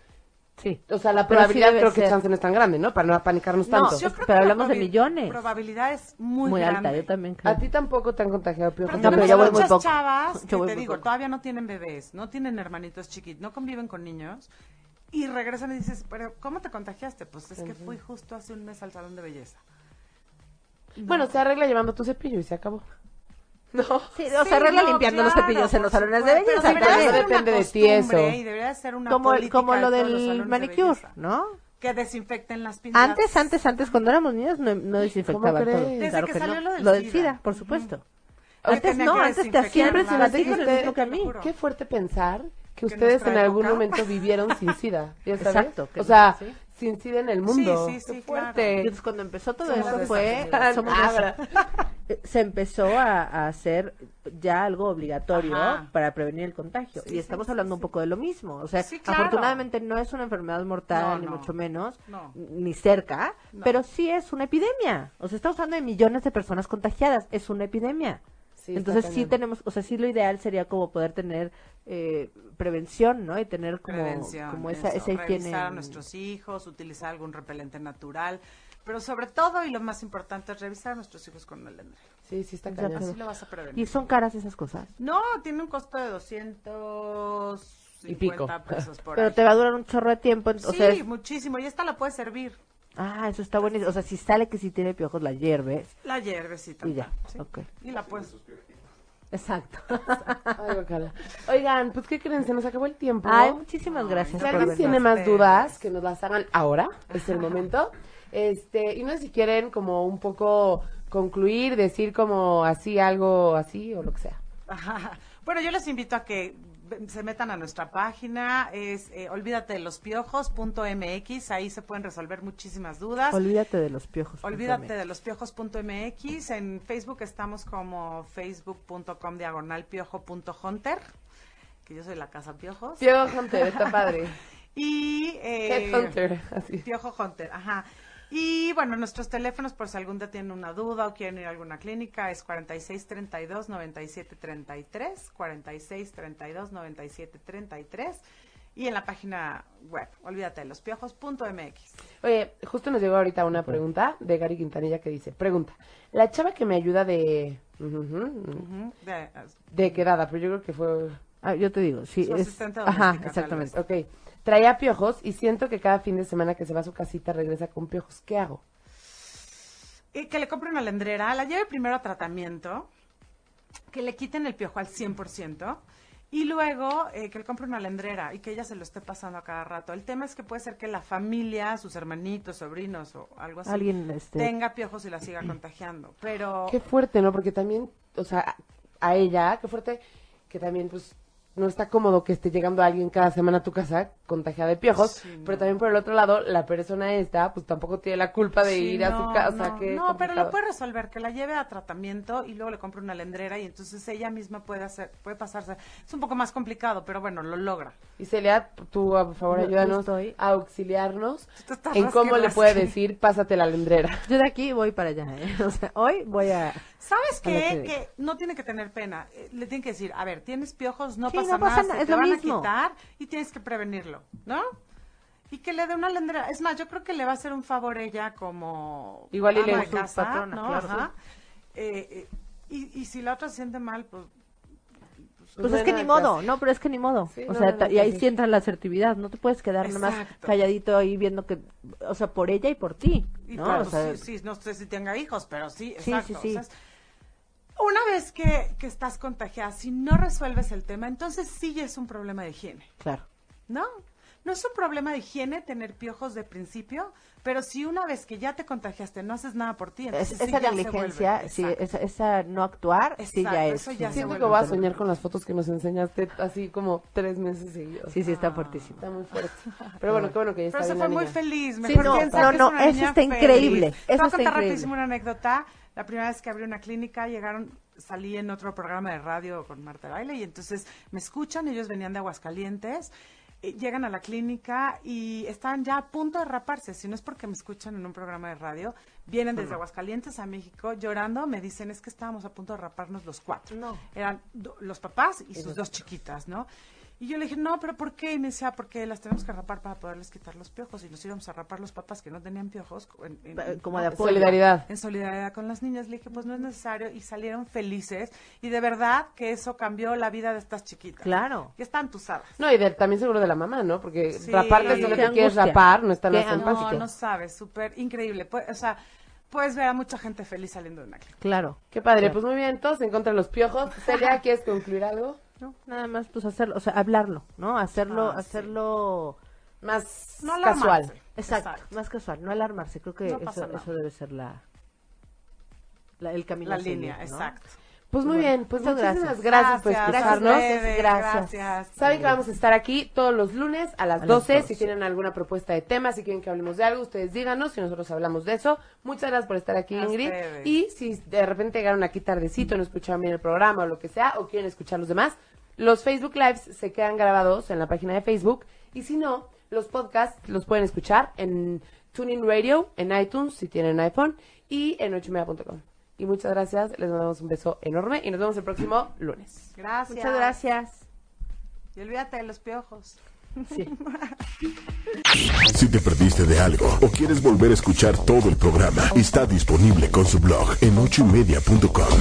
Speaker 4: Sí.
Speaker 3: o sea, la
Speaker 4: Pero sí
Speaker 3: probabilidad
Speaker 4: debe
Speaker 3: creo que
Speaker 4: ser.
Speaker 3: chance no es tan grande, ¿no? Para no apanicarnos
Speaker 4: No,
Speaker 3: tanto.
Speaker 5: yo creo que
Speaker 4: Pero
Speaker 5: la
Speaker 4: hablamos de
Speaker 5: probabil-
Speaker 4: millones.
Speaker 5: Probabilidad es muy,
Speaker 4: Muy
Speaker 5: grande.
Speaker 4: alta, yo también creo.
Speaker 3: A ti tampoco te han contagiado, Piojo.
Speaker 5: Pero
Speaker 4: No,
Speaker 5: tenemos
Speaker 4: pero ya voy muy
Speaker 5: pues muchas
Speaker 4: poco.
Speaker 5: chavas
Speaker 4: Yo
Speaker 5: que
Speaker 4: voy
Speaker 5: te
Speaker 4: muy
Speaker 5: digo,
Speaker 4: poco.
Speaker 5: todavía no tienen bebés, no tienen hermanitos chiquitos, no conviven con niños. Y regresan y dices, pero ¿cómo te contagiaste? Pues es que fui justo hace un mes al salón de belleza.
Speaker 3: Bueno, se arregla llevando tu cepillo y se acabó. No.
Speaker 4: Sí, o sea, arregla limpiando los cepillos en los salones de belleza.
Speaker 3: pero
Speaker 4: también.
Speaker 3: eso depende de ti eso.
Speaker 5: Y debería ser una
Speaker 4: como, el-
Speaker 5: política
Speaker 4: como
Speaker 5: de
Speaker 4: lo
Speaker 5: todos los salones
Speaker 4: del
Speaker 5: de
Speaker 4: manicure,
Speaker 5: belleza.
Speaker 4: ¿no?
Speaker 5: Que desinfecten las pintas.
Speaker 4: Antes, antes, antes, cuando éramos niños no, no desinfectaban
Speaker 3: crees?
Speaker 4: todo.
Speaker 3: Desde
Speaker 4: Claro
Speaker 5: que
Speaker 4: no.
Speaker 5: salió lo del SIDA.
Speaker 4: por supuesto.
Speaker 5: Oye,
Speaker 4: Antes
Speaker 5: tenía
Speaker 4: no,
Speaker 5: que
Speaker 4: antes te hacían
Speaker 5: desinfectar
Speaker 3: la-
Speaker 4: preservativo en el mismo que a mí.
Speaker 5: Seguro.
Speaker 3: Qué fuerte pensar que
Speaker 5: Que
Speaker 3: ustedes
Speaker 5: nuestra
Speaker 3: en algún
Speaker 5: época.
Speaker 3: momento vivieron sin sida. ¿ya sabes?
Speaker 4: Exacto, que
Speaker 3: O sea,
Speaker 4: sí.
Speaker 3: sin sida en el mundo.
Speaker 5: sí, sí,
Speaker 3: Qué
Speaker 5: claro.
Speaker 3: fuerte.
Speaker 4: Entonces, cuando empezó todo
Speaker 5: Somos
Speaker 4: eso
Speaker 5: de
Speaker 4: fue...
Speaker 5: esas
Speaker 4: somos de Ah,
Speaker 3: Abra.
Speaker 4: esas. Eh, se empezó a, a hacer ya algo obligatorio
Speaker 5: Ajá.
Speaker 4: para prevenir el contagio.
Speaker 5: Sí,
Speaker 4: y estamos
Speaker 5: sí,
Speaker 4: hablando
Speaker 5: sí,
Speaker 4: un poco de lo mismo. O sea,
Speaker 5: Sí, claro.
Speaker 4: afortunadamente no es una enfermedad mortal,
Speaker 5: No,
Speaker 4: ni
Speaker 5: no.
Speaker 4: mucho menos,
Speaker 5: No.
Speaker 4: ni cerca,
Speaker 5: No.
Speaker 4: pero sí es una epidemia. O sea, estamos hablando de millones de personas contagiadas. Es una epidemia.
Speaker 3: Sí, está
Speaker 4: Entonces sí
Speaker 3: cañón.
Speaker 4: tenemos, o sea, sí lo ideal sería como poder tener eh, prevención, ¿no? Y tener como,
Speaker 5: prevención,
Speaker 4: como esa,
Speaker 5: eso,
Speaker 4: esa higiene.
Speaker 5: revisar a nuestros hijos, utilizar algún repelente natural, pero sobre todo y lo más importante es revisar a nuestros hijos con melendra.
Speaker 3: Sí, sí, está
Speaker 4: Ya
Speaker 3: cañón.
Speaker 4: quedó.
Speaker 5: Así E. lo vas a prevenir.
Speaker 4: Y son caras esas cosas.
Speaker 5: No, tiene un costo de 250
Speaker 3: Y pico.
Speaker 5: pesos por
Speaker 4: Pero
Speaker 5: ahí.
Speaker 4: te va a durar un chorro de tiempo, ent-
Speaker 5: Sí,
Speaker 4: o sea, es-
Speaker 5: muchísimo. Y esta la puedes servir.
Speaker 4: ah, eso está buenísimo. O sea, si sale que si tiene piojos la hierve
Speaker 5: La hierbecita.
Speaker 4: y ya.
Speaker 5: ¿sí?
Speaker 4: Ok.
Speaker 5: Y la puedes.
Speaker 4: Exacto.
Speaker 3: Ay, guacala. Oigan, pues, ¿qué creen? Se nos acabó el tiempo.
Speaker 4: Ay, muchísimas
Speaker 5: Ay,
Speaker 4: gracias.
Speaker 3: Si
Speaker 5: Por
Speaker 3: alguien
Speaker 5: vernos.
Speaker 3: tiene más
Speaker 5: Ustedes.
Speaker 3: dudas, que nos las hagan ahora, es el momento. Este, y no sé si quieren como un poco concluir, decir como así algo así o lo que sea.
Speaker 5: Ajá. Bueno, yo les invito a que ve- se metan a nuestra página, es eh, olvídate de los piojos.mx, ahí se pueden resolver muchísimas dudas.
Speaker 4: Olvídate de los piojos.
Speaker 5: Olvídate
Speaker 4: punto
Speaker 5: de los piojos.mx. En Facebook estamos como facebook.com diagonal piojo.hunter, que yo soy la casa piojos.
Speaker 3: Piojo Hunter, está padre.
Speaker 5: y. eh,
Speaker 3: Head Hunter, así.
Speaker 5: Piojo Hunter, ajá. Y bueno, nuestros teléfonos, por si algún día tienen una duda o quieren ir a alguna clínica, es 4632-9733, 4632-9733. Y en la página web, olvídate de los piojos.mx.
Speaker 3: Oye, justo nos llegó ahorita una pregunta de Gary Quintanilla que dice, pregunta, la chava que me ayuda de... ujú, ujú,
Speaker 5: Ujú, de-
Speaker 3: De quedada, pero yo creo que fue...
Speaker 4: Ah, yo te digo, sí.
Speaker 5: Su
Speaker 4: es-
Speaker 5: asistente
Speaker 4: Ajá,
Speaker 5: doméstica, tal vez.
Speaker 4: exactamente.
Speaker 3: Ok, traía piojos y siento que cada fin de semana que se va a su casita regresa con piojos. ¿Qué hago?
Speaker 5: Y eh, que le compre una lendrera, la lleve primero a tratamiento, que le quiten el piojo al 100%, y luego eh, que le compre una lendrera y que ella se lo esté pasando a cada rato. El tema es que puede ser que la familia, sus hermanitos, sobrinos o algo así,
Speaker 4: Alguien, este-
Speaker 5: tenga piojos y la siga contagiando. Pero
Speaker 3: Qué fuerte, ¿no? Porque también, o sea, a a ella, qué fuerte que también, pues, no está cómodo que esté llegando alguien cada semana a tu casa contagiada de piojos,
Speaker 5: Sí, no.
Speaker 3: pero también por el otro lado, la persona esta, pues tampoco tiene la culpa de
Speaker 5: Sí,
Speaker 3: ir a su
Speaker 5: no,
Speaker 3: casa.
Speaker 5: No,
Speaker 3: qué
Speaker 5: no, pero
Speaker 3: complicado.
Speaker 5: lo puede resolver, que la lleve a tratamiento y luego le compre una lendrera y entonces ella misma puede hacer, puede pasarse. Es un poco más complicado, pero bueno, lo logra.
Speaker 3: Y Celia, tú, por favor,
Speaker 4: No, no
Speaker 3: ayúdanos
Speaker 4: estoy.
Speaker 3: a auxiliarnos
Speaker 5: Tú estás
Speaker 3: en cómo
Speaker 5: rasque,
Speaker 3: le puede
Speaker 5: rasque.
Speaker 3: decir, pásate la lendrera.
Speaker 4: Yo de aquí voy para allá. ¿eh? O sea, hoy voy a. A la
Speaker 5: ¿Sabes qué?
Speaker 4: clínica.
Speaker 5: Que no tiene que tener pena. Eh, Le tienen que decir, a ver, tienes piojos, no
Speaker 4: Sí,
Speaker 5: pasa
Speaker 4: no pasa
Speaker 5: nada,
Speaker 4: nada,
Speaker 5: se
Speaker 4: es
Speaker 5: te
Speaker 4: lo
Speaker 5: van
Speaker 4: mismo.
Speaker 5: a quitar y tienes que prevenirlo, ¿no? Y que le dé una lendrera. Es más, yo creo que le va a hacer un favor ella como
Speaker 3: Igual y le-
Speaker 5: ama de
Speaker 3: su
Speaker 5: casa,
Speaker 4: patrona,
Speaker 5: ¿no?
Speaker 4: claro.
Speaker 5: Ajá. Eh, eh, y, y si la otra se siente mal, pues
Speaker 4: Pues
Speaker 3: no
Speaker 4: es
Speaker 3: hay
Speaker 4: que
Speaker 3: nada
Speaker 4: ni
Speaker 3: hacer.
Speaker 4: modo, no, pero es que ni modo.
Speaker 3: Sí,
Speaker 4: o
Speaker 3: no,
Speaker 4: sea,
Speaker 3: no,
Speaker 4: ta-
Speaker 3: no,
Speaker 4: y ahí
Speaker 3: sí.
Speaker 4: sí entra la asertividad, no te puedes quedar nomás
Speaker 5: Exacto.
Speaker 4: calladito ahí viendo que, o sea, por ella y por ti,
Speaker 5: Y
Speaker 4: ¿no?
Speaker 5: claro,
Speaker 4: o sea,
Speaker 5: sí, sí, no sé si tenga hijos, pero sí,
Speaker 4: Sí,
Speaker 5: exacto.
Speaker 4: sí, sí.
Speaker 5: o sea, una vez que, que estás contagiada, si no resuelves el tema, entonces sí ya es un problema de higiene,
Speaker 4: claro.
Speaker 5: ¿no? No es un problema de higiene tener piojos de principio, pero si una vez que ya te contagiaste no haces nada por ti,
Speaker 4: Es-
Speaker 5: entonces sí
Speaker 4: esa
Speaker 5: ya se
Speaker 4: negligencia,
Speaker 5: vuelve,
Speaker 4: sí,
Speaker 5: exacto.
Speaker 4: esa, esa no actuar, sí
Speaker 5: Exacto,
Speaker 4: ya es.
Speaker 5: eso ya
Speaker 4: sí,
Speaker 5: se
Speaker 3: Siento que
Speaker 5: vuelve
Speaker 3: voy a
Speaker 5: un tema.
Speaker 3: soñar con las fotos que nos enseñaste así como tres meses seguidos.
Speaker 4: sí, sí, está fuertísimo.
Speaker 3: Está muy fuerte. Pero bueno, qué bueno que ya está
Speaker 5: Pero se
Speaker 3: bien
Speaker 5: fue
Speaker 3: la
Speaker 5: muy
Speaker 3: niña.
Speaker 5: feliz.
Speaker 4: Sí,
Speaker 5: mejor
Speaker 4: no,
Speaker 5: piensa
Speaker 4: no,
Speaker 5: que es
Speaker 4: no,
Speaker 5: una
Speaker 4: eso
Speaker 5: niña
Speaker 4: está increíble,
Speaker 5: Te
Speaker 4: eso
Speaker 5: voy a
Speaker 4: está
Speaker 5: contar
Speaker 4: increíble.
Speaker 5: rapidísimo una anécdota. La primera vez que abrí una clínica, llegaron, salí en otro programa de radio con Marta de Baile y entonces me escuchan, ellos venían de Aguascalientes, eh, llegan a la clínica y están ya a punto de raparse. Si no es porque me escuchan en un programa de radio, vienen desde Aguascalientes a México llorando, me dicen es que estábamos a punto de raparnos los cuatro.
Speaker 4: No.
Speaker 5: Eran do- los papás y sus dos chiquitas, ¿no? Y yo le dije, no, pero ¿por qué? Y me decía, porque las tenemos que rapar para poderles quitar los piojos. Y nos íbamos a rapar los papás que no tenían piojos. en- en-
Speaker 4: Pa- como de
Speaker 5: no,
Speaker 4: apoyo.
Speaker 3: Solidaridad.
Speaker 5: en solidaridad con las niñas. Le dije, pues no es necesario. Y salieron felices. Y de verdad que eso cambió la vida de estas chiquitas.
Speaker 4: Claro.
Speaker 5: Que están tusadas.
Speaker 3: No, y de- también seguro de la mamá, ¿no? Porque
Speaker 5: Sí.
Speaker 3: raparte si
Speaker 5: Qué
Speaker 3: no te quieres
Speaker 4: angustia.
Speaker 3: rapar, no están
Speaker 4: Qué
Speaker 3: las
Speaker 5: No,
Speaker 3: empáticas.
Speaker 5: no sabes. Súper increíble. Pu- o sea, puedes ver a mucha gente feliz saliendo de una clínica.
Speaker 4: Claro.
Speaker 3: Qué padre,
Speaker 4: Claro.
Speaker 3: pues muy bien, todos en contra de los piojos. Celia, ¿quieres concluir algo?
Speaker 4: No, nada más pues hacerlo, o sea, hablarlo, ¿no? Hacerlo,
Speaker 5: Ah, sí.
Speaker 4: hacerlo
Speaker 3: Más
Speaker 5: No
Speaker 3: casual.
Speaker 5: alarmarse.
Speaker 4: exacto,
Speaker 5: Exacto.
Speaker 4: más casual, no alarmarse, creo que
Speaker 5: No pasa
Speaker 4: eso,
Speaker 5: nada.
Speaker 4: eso debe ser la, la- el camino
Speaker 5: La
Speaker 4: a seguir,
Speaker 5: línea,
Speaker 4: ¿no?
Speaker 5: exacto.
Speaker 3: Pues muy
Speaker 4: Bueno,
Speaker 3: bien, pues
Speaker 4: muchas
Speaker 3: muchísimas gracias,
Speaker 4: gracias.
Speaker 3: por
Speaker 5: Gracias,
Speaker 3: escucharnos.
Speaker 5: ustedes,
Speaker 3: gracias.
Speaker 5: gracias.
Speaker 3: Saben que vamos a estar aquí todos los lunes a las
Speaker 4: A las
Speaker 3: 12.
Speaker 4: 12.
Speaker 3: Si tienen alguna propuesta de tema, si quieren que hablemos de algo, ustedes díganos y nosotros hablamos de eso. Muchas gracias por estar aquí,
Speaker 5: A
Speaker 3: Ingrid.
Speaker 5: ustedes.
Speaker 3: Y si de repente llegaron aquí tardecito, no escucharon bien el programa o lo que sea, o quieren escuchar los demás, los Facebook Lives se quedan grabados en la página de Facebook. Y si no, los podcasts los pueden escuchar en TuneIn Radio, en iTunes, si tienen iPhone, y en ochomedia.com. Y muchas gracias, les mandamos un beso enorme y nos vemos el próximo lunes.
Speaker 5: Gracias.
Speaker 4: Muchas gracias.
Speaker 5: Y olvídate de los piojos.
Speaker 1: Si te perdiste de algo o quieres volver a escuchar todo el programa, está disponible con su blog en ochoymedia.com.